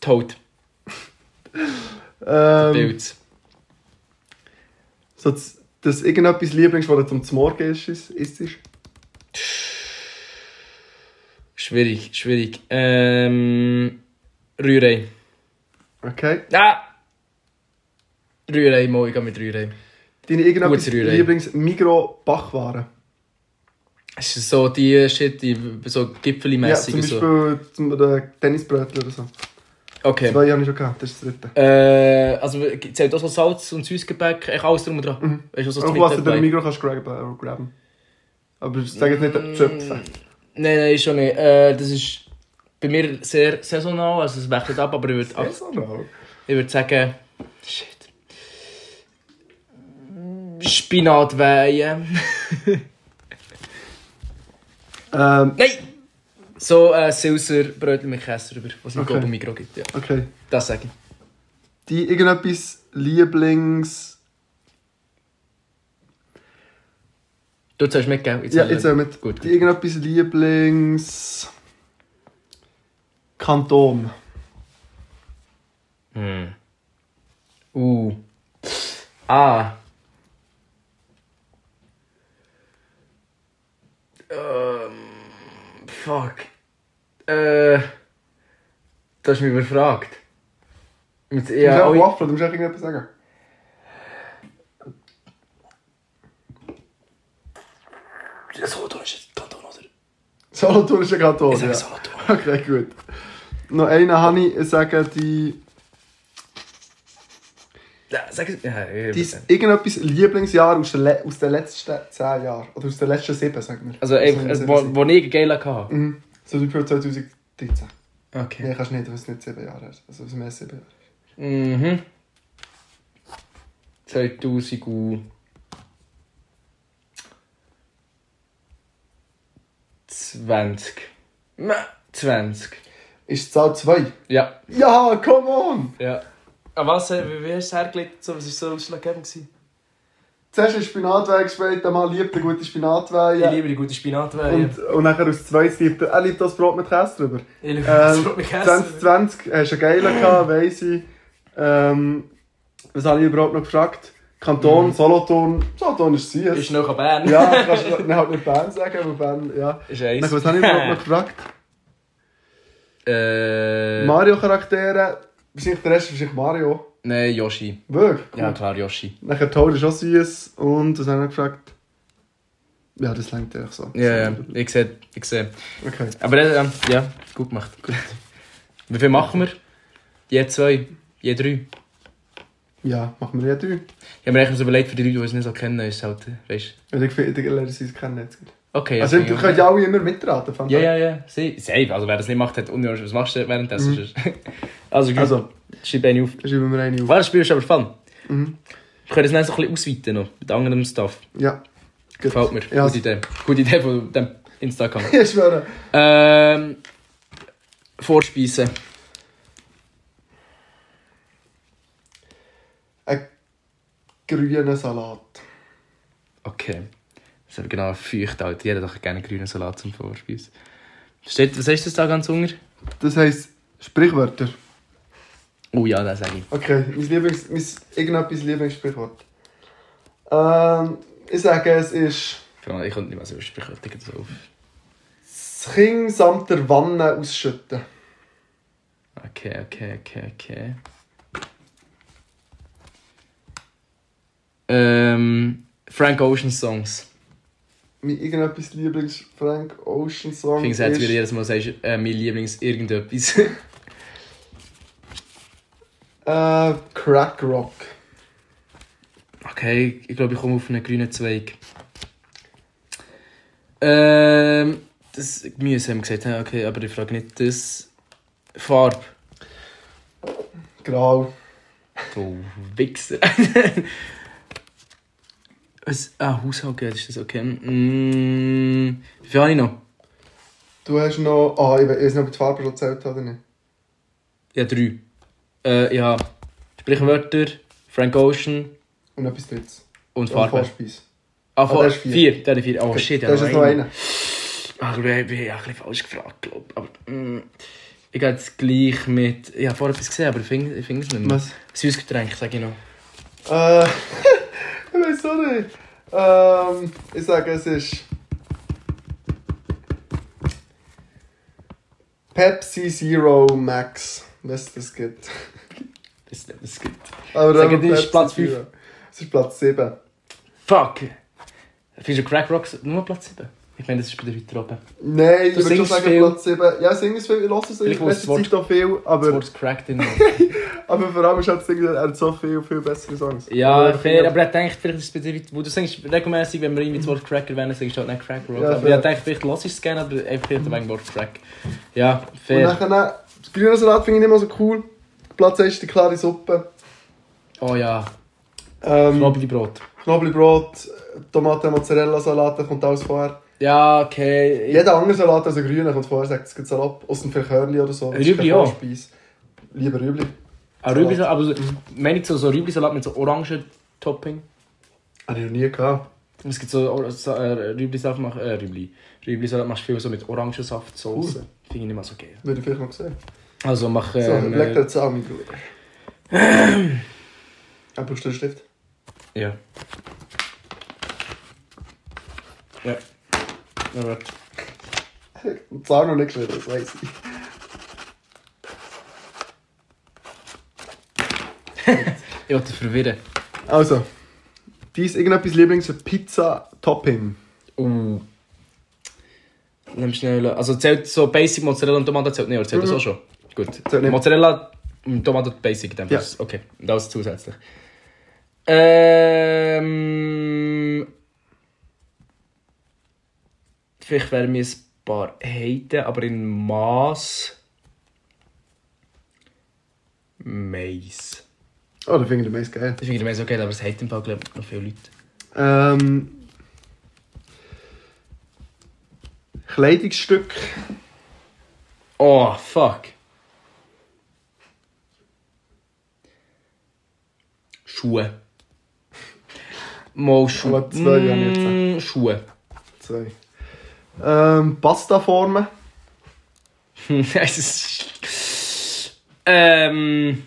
[SPEAKER 4] Tot,
[SPEAKER 5] Ähm,
[SPEAKER 4] Bild.
[SPEAKER 5] so das, das irgendetwas Lieblings, was du zum Morgen isst, ist, ist, ist.
[SPEAKER 4] Schwierig, schwierig. Ähm. Rührei.
[SPEAKER 5] Okay.
[SPEAKER 4] Ah! Rührei, mal, ich gehe mit Rührei.
[SPEAKER 5] Deine irgendetwas
[SPEAKER 4] Gutes Rührei.
[SPEAKER 5] Lieblings-Migro-Bachwaren?
[SPEAKER 4] Es ist so die Shit, die so
[SPEAKER 5] Ja,
[SPEAKER 4] gipfeli-mässig
[SPEAKER 5] zum
[SPEAKER 4] und so.
[SPEAKER 5] Beispiel zum, oder Tennisbrötchen oder so.
[SPEAKER 4] Okay.
[SPEAKER 5] Zwei habe ich schon gehabt, das ist das dritte.
[SPEAKER 4] Äh, also zählt auch so Salz und Süßgebäck, echt alles drum und dran.
[SPEAKER 5] Mhm.
[SPEAKER 4] Weißt du, so das
[SPEAKER 5] Auch was du dir im
[SPEAKER 4] Nein,
[SPEAKER 5] Migro kannst graben. äh, graben. Aber ich sage jetzt nicht
[SPEAKER 4] Mm,
[SPEAKER 5] Zöpfe.
[SPEAKER 4] nein, ist schon nicht. Äh, das ist bei mir sehr saisonal, also es wechselt ab, aber ich würde ab,
[SPEAKER 5] Saisonal?
[SPEAKER 4] ich würd sagen. Shit. Spinatweihen.
[SPEAKER 5] Ähm,
[SPEAKER 4] nein! So äh, Silser Brötchen mit Käse drüber, was es im
[SPEAKER 5] Okay.
[SPEAKER 4] Globo Migros gibt. Ja.
[SPEAKER 5] okay.
[SPEAKER 4] Das sage ich.
[SPEAKER 5] Die irgendetwas Lieblings...
[SPEAKER 4] Du hast mit, gell? Jetzt
[SPEAKER 5] Ja,
[SPEAKER 4] will ich-
[SPEAKER 5] jetzt auch mit.
[SPEAKER 4] Gut.
[SPEAKER 5] Die irgendetwas Lieblings... Kanton.
[SPEAKER 4] Hm. Uh. Ah. Ähm. Fuck. Äh. Du hast mich überfragt. Mit,
[SPEAKER 5] Du musst
[SPEAKER 4] ja,
[SPEAKER 5] auch
[SPEAKER 4] alle,
[SPEAKER 5] Waffel, du musst auch irgendetwas sagen.
[SPEAKER 4] Solothurn ist jetzt Kanton, oder?
[SPEAKER 5] Solothurn ist ein Kanton,
[SPEAKER 4] Ich sage
[SPEAKER 5] ja.
[SPEAKER 4] Solothurn.
[SPEAKER 5] Okay, gut. Noch einen habe ich, ich sage die...
[SPEAKER 4] Ja, sag es. Ja, ja,
[SPEAKER 5] Dein
[SPEAKER 4] ja.
[SPEAKER 5] irgendetwas Lieblingsjahr aus, der Le- aus den letzten 10 Jahren. Oder aus den letzten 7, sagen wir.
[SPEAKER 4] also,
[SPEAKER 5] Aus
[SPEAKER 4] einfach,
[SPEAKER 5] den
[SPEAKER 4] also,
[SPEAKER 5] sieben
[SPEAKER 4] wo,
[SPEAKER 5] sind.
[SPEAKER 4] wo ich geil hatte.
[SPEAKER 5] Mhm. So wie für 2013.
[SPEAKER 4] Okay.
[SPEAKER 5] Nein, kannst du nicht, weil es nicht 7 Jahre ist. Also, es mehr 7 Jahre.
[SPEAKER 4] Mhm. 2000 und... 20. Mä, 20.
[SPEAKER 5] Ist die Zahl 2?
[SPEAKER 4] Ja.
[SPEAKER 5] Ja, come on!
[SPEAKER 4] Ja. Aber was, äh, wie wie hast du es hergelegt? So, was war so ausschlaggebend? gewesen?
[SPEAKER 5] Zuerst ein Spinatwein gespielt, der Mann liebt den guten Spinatwein.
[SPEAKER 4] Ich liebe die guten Spinatweihe.
[SPEAKER 5] und, und nachher aus zwei liebt er, er liebt das Brot mit Käse drüber.
[SPEAKER 4] Ich liebe das Brot
[SPEAKER 5] Ähm, äh,
[SPEAKER 4] mit Käse.
[SPEAKER 5] 2020 hast du einen geilen gehabt, weiss ich. Ähm, was habe ich überhaupt noch gefragt? Kanton, Solothurn. Solothurn ist sie.
[SPEAKER 4] Mhm. Ist noch an Bern.
[SPEAKER 5] Ja, kannst du dann halt nicht Bern sagen, aber Bern, ja.
[SPEAKER 4] Ist eins.
[SPEAKER 5] Nachher, was habe ich überhaupt noch gefragt?
[SPEAKER 4] äh...
[SPEAKER 5] Mario-Charaktere. Wahrscheinlich der Rest ist wahrscheinlich Mario.
[SPEAKER 4] Nein, Yoshi.
[SPEAKER 5] Wirklich? Cool.
[SPEAKER 4] Ja, klar, Yoshi.
[SPEAKER 5] Nachher Toad ist auch süß. Und was habe ich noch gefragt? Ja, das längt eigentlich so.
[SPEAKER 4] Ja, ja. Ich sehe. Ich sehe.
[SPEAKER 5] Okay.
[SPEAKER 4] Aber äh, ähm, ja, gut gemacht. Gut. Wie viel machen wir? Je zwei, je drei.
[SPEAKER 5] Ja, machen wir ja drei.
[SPEAKER 4] Ich habe mir eigentlich so überlegt, für die Leute, die uns nicht so kennen, ist es halt, weißt
[SPEAKER 5] Ja, ich finde, ich lerne sie es kennen jetzt. gut.
[SPEAKER 4] du? Okay,
[SPEAKER 5] Also,
[SPEAKER 4] finde
[SPEAKER 5] ihr
[SPEAKER 4] ich
[SPEAKER 5] könnt ja alle immer mitraten. fand
[SPEAKER 4] Ja,
[SPEAKER 5] ich.
[SPEAKER 4] ja, ja. Sie, safe. Also, wer das nicht macht, hat unironisch, was machst du
[SPEAKER 5] Mhm.
[SPEAKER 4] währenddessen? sonst? Also, gut.
[SPEAKER 5] Also.
[SPEAKER 4] Schreib eine auf.
[SPEAKER 5] Schreiben wir eine auf.
[SPEAKER 4] War das Spiel ist aber fun.
[SPEAKER 5] Mhm.
[SPEAKER 4] Wir können es dann so ein bisschen ausweiten noch, mit anderem Stuff.
[SPEAKER 5] Ja. Gut.
[SPEAKER 4] Gefällt mir.
[SPEAKER 5] Ja,
[SPEAKER 4] Gute Idee. Gute Idee von dem Insta-Account.
[SPEAKER 5] Ich schwöre.
[SPEAKER 4] ähm. Vorspeisen.
[SPEAKER 5] Ein grüner Salat.
[SPEAKER 4] Okay. Das ist aber genau feucht, Alter. Jeder hat doch gerne grünen Salat zum Vorspeis. Steht, was heißt das da ganz unter?
[SPEAKER 5] Das heisst Sprichwörter.
[SPEAKER 4] Oh ja, das sage ich.
[SPEAKER 5] Okay, mein Lieblings... Mein irgendetwas Lieblingssprichwort. Ähm, ich sage, es ist...
[SPEAKER 4] Verdammt, Ich konnte nicht was über Sprichwörter das auf.
[SPEAKER 5] Das Kind samt der Wanne ausschütten.
[SPEAKER 4] Okay, okay, okay, okay. Ähm. Frank Ocean Songs.
[SPEAKER 5] Mein irgendetwas Lieblings Frank Ocean Song
[SPEAKER 4] Ich finde es jetzt wieder jedes Mal sagst, äh, mein Lieblings irgendetwas.
[SPEAKER 5] äh, Crack Rock.
[SPEAKER 4] okay, ich glaube, ich komme auf einen grünen Zweig. Ähm, das Gemüse haben wir gesagt, hä? okay, aber ich frage nicht das. Farbe.
[SPEAKER 5] Grau.
[SPEAKER 4] Du Wichser. Was? Ah, Haushalt, ist das okay? Mm, wie viel habe ich noch?
[SPEAKER 5] Du hast noch... Ah, ich we- ich weiß nicht, ob ich die Farbe schon erzählt habe oder nicht.
[SPEAKER 4] Ja, drei. Äh, ich habe Sprichwörter, Frank Ocean
[SPEAKER 5] Und etwas drittes.
[SPEAKER 4] und
[SPEAKER 5] Und
[SPEAKER 4] Farbe.
[SPEAKER 5] Vorspeise.
[SPEAKER 4] Ah, Vor-
[SPEAKER 5] der ist
[SPEAKER 4] vier.
[SPEAKER 5] vier.
[SPEAKER 4] vier. Der ist vier. Oh shit,
[SPEAKER 5] da ist jetzt noch einer.
[SPEAKER 4] Ah, ich bin ich ein bisschen falsch gefragt, glaube ich. Aber mm, ich gehe jetzt gleich mit... Ich habe vorher etwas gesehen, aber ich finde ich finde es nicht mehr.
[SPEAKER 5] Was?
[SPEAKER 4] Süßgetränk, sage ich noch.
[SPEAKER 5] Äh, ich weiß auch nicht. Ähm, ich sage, es ist. Pepsi Zero Max, was es das gibt.
[SPEAKER 4] Das, das gibt...
[SPEAKER 5] Aber
[SPEAKER 4] Sag,
[SPEAKER 5] aber
[SPEAKER 4] das ist
[SPEAKER 5] Pepsi
[SPEAKER 4] Platz
[SPEAKER 5] Zero.
[SPEAKER 4] fünf.
[SPEAKER 5] Es ist Platz 7.
[SPEAKER 4] Fuck! Findest du Crack Rocks nur Platz 7? Ich meine, das ist bei dir weiter oben.
[SPEAKER 5] Nein, ich würde schon
[SPEAKER 4] singst
[SPEAKER 5] sagen
[SPEAKER 4] viel.
[SPEAKER 5] Platz 7. Ja, sing es viel, ich lasse es
[SPEAKER 4] Vielleicht
[SPEAKER 5] in
[SPEAKER 4] muss
[SPEAKER 5] letzter
[SPEAKER 4] das
[SPEAKER 5] Zeit auch viel,
[SPEAKER 4] Das
[SPEAKER 5] aber,
[SPEAKER 4] Wort Crack drin.
[SPEAKER 5] aber vor allem ist halt das Ding, er hat so viel, viel bessere Songs.
[SPEAKER 4] Ja,
[SPEAKER 5] ich
[SPEAKER 4] fair,
[SPEAKER 5] finde-
[SPEAKER 4] aber ich denke, vielleicht ist es bei dir, weit- wo du sagst, regelmäßig, wenn wir irgendwie das Wort Cracker erwähnen, sagst du halt nicht Crack Rock.
[SPEAKER 5] Ja,
[SPEAKER 4] aber
[SPEAKER 5] fair.
[SPEAKER 4] ich denke, vielleicht lass ich es gerne, aber einfach wegen dem Wort Crack. Ja,
[SPEAKER 5] Und
[SPEAKER 4] fair.
[SPEAKER 5] nachher, das grüne Salat finde ich nicht mehr so cool. Platz 1 ist die klare Suppe.
[SPEAKER 4] Oh ja,
[SPEAKER 5] Ähm,
[SPEAKER 4] Knoblauchbrot.
[SPEAKER 5] Knoblauchbrot, Tomaten, Mozzarella, Salate kommt alles vorher.
[SPEAKER 4] Ja, okay.
[SPEAKER 5] Jeder andere Salat als der grüne kommt vorher, sagt es gibt Salat. Außer vielleicht Körnli oder so. das ist
[SPEAKER 4] Rüebli
[SPEAKER 5] keine
[SPEAKER 4] auch?
[SPEAKER 5] Vorspeise. Lieber Rüebli.
[SPEAKER 4] Ah, Rüblisalat, aber so, meine ich so, so Rüblisalat mit so Orangen-Topping.
[SPEAKER 5] Habe ich noch nie gehabt.
[SPEAKER 4] Und Es gibt so Or- so, äh, Rüblisaft, mach, äh, Rübli. Rüblisalat machst du viel so mit Orangensaftsoße.
[SPEAKER 5] Cool.
[SPEAKER 4] Finde ich nicht mal so geil.
[SPEAKER 5] Würde ich vielleicht noch sehen.
[SPEAKER 4] Also mach...
[SPEAKER 5] So,
[SPEAKER 4] Ähm,
[SPEAKER 5] leg dir
[SPEAKER 4] äh,
[SPEAKER 5] jetzt an, mein Bruder. Ja, brauchst du einen Stift?
[SPEAKER 4] äh, ja. Ja. Ja, warte.
[SPEAKER 5] Das auch noch nicht geschrieben, das weiß ich.
[SPEAKER 4] Ich wollte dich verwirren.
[SPEAKER 5] Also, dies irgendetwas Lieblings-Pizza-Topping.
[SPEAKER 4] Uh. Nimm schnell. Also zählt so Basic Mozzarella und Tomate zählt nicht, oder zählt das auch schon? Gut.
[SPEAKER 5] Mhm. Zählt nicht.
[SPEAKER 4] Mozzarella und Tomate Basic, dann
[SPEAKER 5] Ja.
[SPEAKER 4] ja. Okay, das ist zusätzlich. Ähm. Vielleicht wären mir ein paar Heiten, aber in Maß. Mais.
[SPEAKER 5] Oh, da finde ich den meist geil.
[SPEAKER 4] Das finde ich Mais okay, aber es hat im Fall glaub ich, noch viele Leute.
[SPEAKER 5] Ähm, Kleidungsstück.
[SPEAKER 4] Oh, fuck. Schuhe. Mal Schuhe.
[SPEAKER 5] Aber zwei wären jetzt.
[SPEAKER 4] Mm, Schuhe.
[SPEAKER 5] Zwei. Ähm, Pastaformen.
[SPEAKER 4] Hm, es ist... Ähm...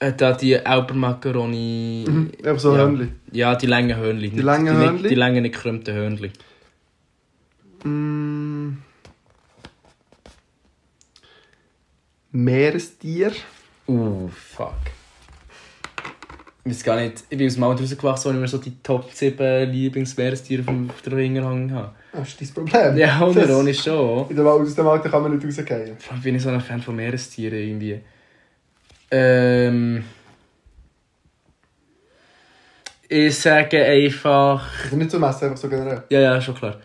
[SPEAKER 4] äh, Da die Alpermacaroni...
[SPEAKER 5] Eben so
[SPEAKER 4] ja.
[SPEAKER 5] Hörnli.
[SPEAKER 4] Ja, die langen Hörnli. Die
[SPEAKER 5] Mhm. langen
[SPEAKER 4] die,
[SPEAKER 5] Hörnli?
[SPEAKER 4] Nicht, die langen, nicht gekrümmten Hörnli.
[SPEAKER 5] Mm. Meerestier.
[SPEAKER 4] Uh, fuck. Ich weiß gar nicht, ich bin aus dem Alter rausgewachsen, wo ich mir so die Top 7 Lieblingsmeerestiere vom- auf der Hinterhand habe.
[SPEAKER 5] Das ist dein Problem.
[SPEAKER 4] Ja,
[SPEAKER 5] Das-
[SPEAKER 4] ohne schon.
[SPEAKER 5] In der Welt, aus dem Alter kann man nicht rausgehen.
[SPEAKER 4] Vor allem bin ich so ein Fan von Meerestieren irgendwie. Ähm... Ich sage einfach...
[SPEAKER 5] Also nicht zum Essen, einfach so generell.
[SPEAKER 4] eh, Ja, ja, schon klar.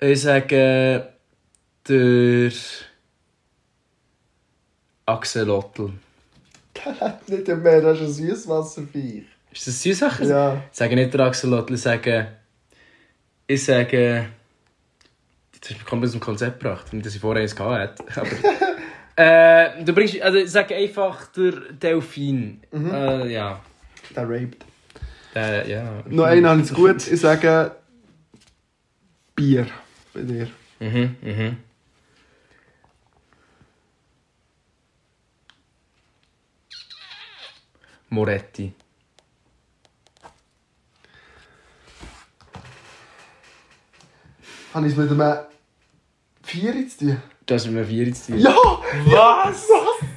[SPEAKER 4] Ich sage... Der... Axolotl.
[SPEAKER 5] nicht im Meer, das ist ein Süßwasserviech.
[SPEAKER 4] Ist das Süßsache?
[SPEAKER 5] Ja.
[SPEAKER 4] Sage nicht der Axolotl, ich sage. Ich sage. Jetzt hast du mich komplett aus dem Konzept gebracht, nicht, dass ich vorher eins gehabt hätte. Aber, äh, du bringst. Also, ich sage einfach der Delfin. Äh, ja.
[SPEAKER 5] Der raped.
[SPEAKER 4] Der, ja.
[SPEAKER 5] Noch einen habe ich zu gut. Ich sage... Bier. Bei dir.
[SPEAKER 4] Mhm, mhm. Moretti.
[SPEAKER 5] Habe ich es mit einem... eh, Vier zu tun?
[SPEAKER 4] Du hast mir vier jetzt
[SPEAKER 5] Ja! Was?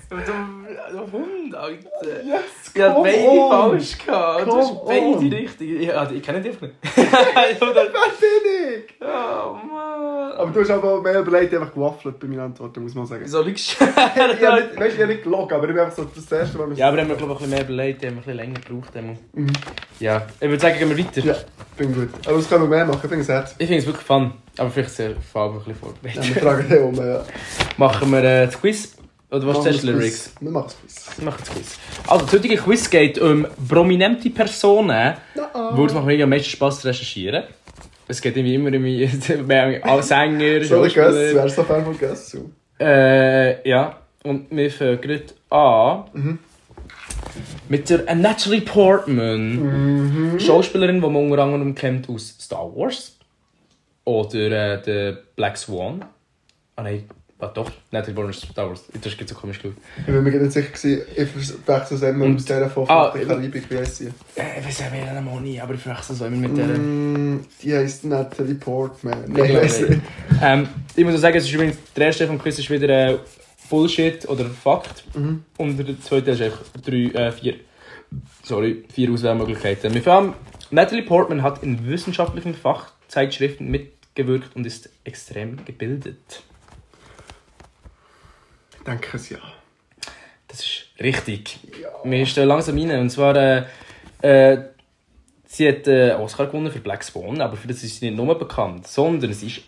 [SPEAKER 4] Du Hund,
[SPEAKER 1] Alter.
[SPEAKER 5] Yes,
[SPEAKER 1] Ich hatte
[SPEAKER 5] come
[SPEAKER 1] beide
[SPEAKER 5] on.
[SPEAKER 1] falsch gehabt. Du hast
[SPEAKER 5] Come on.
[SPEAKER 1] beide richtig. Ich, also, ich kenne dich einfach nicht.
[SPEAKER 5] Wer bin ich?
[SPEAKER 1] oh Mann.
[SPEAKER 5] Aber du hast aber mehr überlegt, ich habe einfach gewaffelt bei meinen Antworten, muss man sagen.
[SPEAKER 1] Wieso lügst
[SPEAKER 5] Ich habe nicht,
[SPEAKER 1] du?
[SPEAKER 5] weißt, ich habe nicht gelogen, aber ich bin einfach so das erste Mal.
[SPEAKER 4] Ja, aber haben wir glaube ich ein bisschen mehr überlegt, haben wir ein bisschen länger gebraucht. haben wir- Ja, ich würde sagen, gehen wir weiter.
[SPEAKER 5] Mhm. Ja, bin gut. Aber das können wir mehr machen, ich finde es hart.
[SPEAKER 4] Ich finde es wirklich fun, aber vielleicht sehr Farbe ein bisschen
[SPEAKER 5] Ja,
[SPEAKER 4] vorbereitet.
[SPEAKER 5] wir fragen dich um. Ja.
[SPEAKER 4] Machen wir äh, das Quiz? Oder was
[SPEAKER 5] Machen
[SPEAKER 4] ist
[SPEAKER 5] wir
[SPEAKER 4] das
[SPEAKER 5] das
[SPEAKER 4] Lyrics?
[SPEAKER 5] Quiz. Wir machen das Quiz.
[SPEAKER 4] Wir machen das Quiz. Also, das heutige Quiz geht um prominente Personen, wo es macht mir am meisten Spass zu recherchieren. Es geht irgendwie immer um alle Sänger,
[SPEAKER 5] So, der Göss,
[SPEAKER 4] Schauspieler.
[SPEAKER 5] wärst du so Fan von Göss? zu?
[SPEAKER 4] Äh, ja. Und wir fangen gerade an mit der Natalie Portman. Schauspielerin, die man unter anderem kennt aus Star Wars. Oder äh, der Black Swan. Ah nein, ah, doch, Natalie Portman ist Star Wars. Das ist so komisch geschaut.
[SPEAKER 5] Ich bin mir gerade nicht sicher, gewesen, ich wechsle es immer aus dieser von
[SPEAKER 4] Ah,
[SPEAKER 5] der Karibik, wie heisst sie?
[SPEAKER 4] Äh, Ich weiß ja mehr noch nie, aber ich frage so immer mit der.
[SPEAKER 5] Mm, Die heisst Natalie Portman.
[SPEAKER 4] Ich
[SPEAKER 5] Nein,
[SPEAKER 4] glaube
[SPEAKER 5] weiss
[SPEAKER 4] nicht.
[SPEAKER 5] nicht.
[SPEAKER 4] Ähm, ich muss auch sagen, es ist übrigens, der erste Teil vom Quiz ist wieder äh, Bullshit oder Fakt. Und der zweite Teil ist einfach drei, äh, vier, sorry, vier Auswahlmöglichkeiten. Wir fangen an. Natalie Portman hat in wissenschaftlichen Fachzeitschriften mitgewirkt und ist extrem gebildet.
[SPEAKER 5] Ich denke es ja.
[SPEAKER 4] Das ist richtig. Wir stehen langsam rein. Und zwar, äh, äh, sie hat äh, Oscar gewonnen für Black Swan, aber für das ist sie nicht nur bekannt, sondern sie ist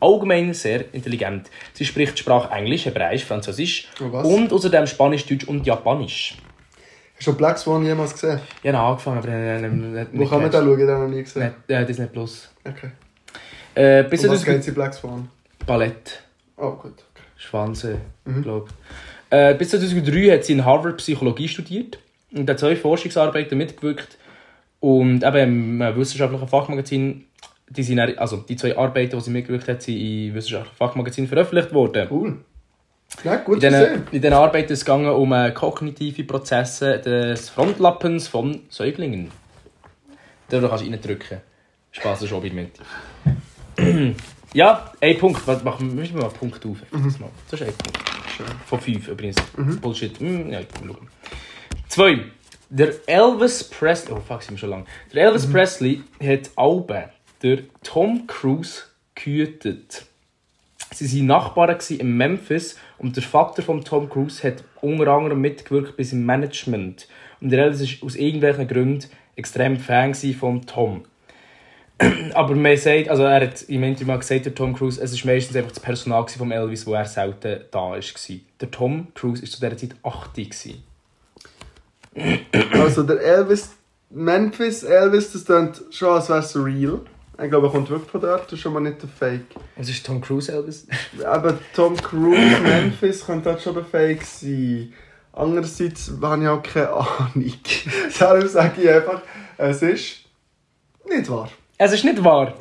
[SPEAKER 4] allgemein sehr intelligent. Sie spricht die Sprache Englisch, Hebräisch, Französisch
[SPEAKER 5] Und Oh, was?
[SPEAKER 4] und außerdem Spanisch, Deutsch und Japanisch.
[SPEAKER 5] Hast du Black Swan jemals gesehen?
[SPEAKER 4] Ich habe angefangen, aber äh, äh,
[SPEAKER 5] Wo kann man den schauen? Den habe ich noch nie gesehen.
[SPEAKER 4] Nicht, äh, Disney Plus.
[SPEAKER 5] Okay.
[SPEAKER 4] Äh, bis
[SPEAKER 5] Um was
[SPEAKER 4] 2000
[SPEAKER 5] geht es in Black Swan?
[SPEAKER 4] Ballett.
[SPEAKER 5] Oh, gut. Okay.
[SPEAKER 4] Schwanze, glaub. Äh, bis 2003 hat sie in Harvard Psychologie studiert und hat zwei Forschungsarbeiten mitgewirkt und eben im äh, wissenschaftlichen Fachmagazin, die, sind dann, also die zwei Arbeiten, die sie mitgewirkt hat, sind im wissenschaftlichen Fachmagazin veröffentlicht worden.
[SPEAKER 5] Cool. Ja, gut
[SPEAKER 4] In diesen,
[SPEAKER 5] gesehen.
[SPEAKER 4] in diesen Arbeiten ist es gegangen um äh, kognitive Prozesse des dus Frontlappens von Säuglingen. Da kannst du reindrücken. Spaß ist Hobby mit. ja, ein Punkt. Warte, machen wir müssen wir mal einen Punkt auf. Das mal. Das ist ein Punkt. Von fünf übrigens. Bullshit. Hm, ja, ich komm, schauen. Zwei. Der Elvis Presley. Oh fuck, sind wir schon lang. Der Elvis Presley hat Alben der Tom Cruise gehütet. Sie waren Nachbarn gewesen in Memphis und der Vater von Tom Cruise hat unter anderem mitgewirkt bis im Management. Und der Elvis ist aus irgendwelchen Gründen extrem Fan gewesen von Tom. Aber man sagt, also er hat im Interview mal gesagt, der Tom Cruise, es ist meistens einfach das Personal gewesen vom Elvis, wo er selten da war. Der Tom Cruise war zu dieser Zeit 80. gewesen.
[SPEAKER 5] Also der Elvis, Memphis Elvis, das klingt schon, als wäre es real. Ich glaube, er kommt wirklich von dort, das ist schon mal nicht der Fake.
[SPEAKER 4] Es ist Tom Cruise Elvis.
[SPEAKER 5] Aber Tom Cruise, Memphis, könnte dort schon der Fake sein. Andererseits habe ich auch keine Ahnung. Darum sage ich einfach, es ist nicht wahr.
[SPEAKER 4] Es ist nicht wahr.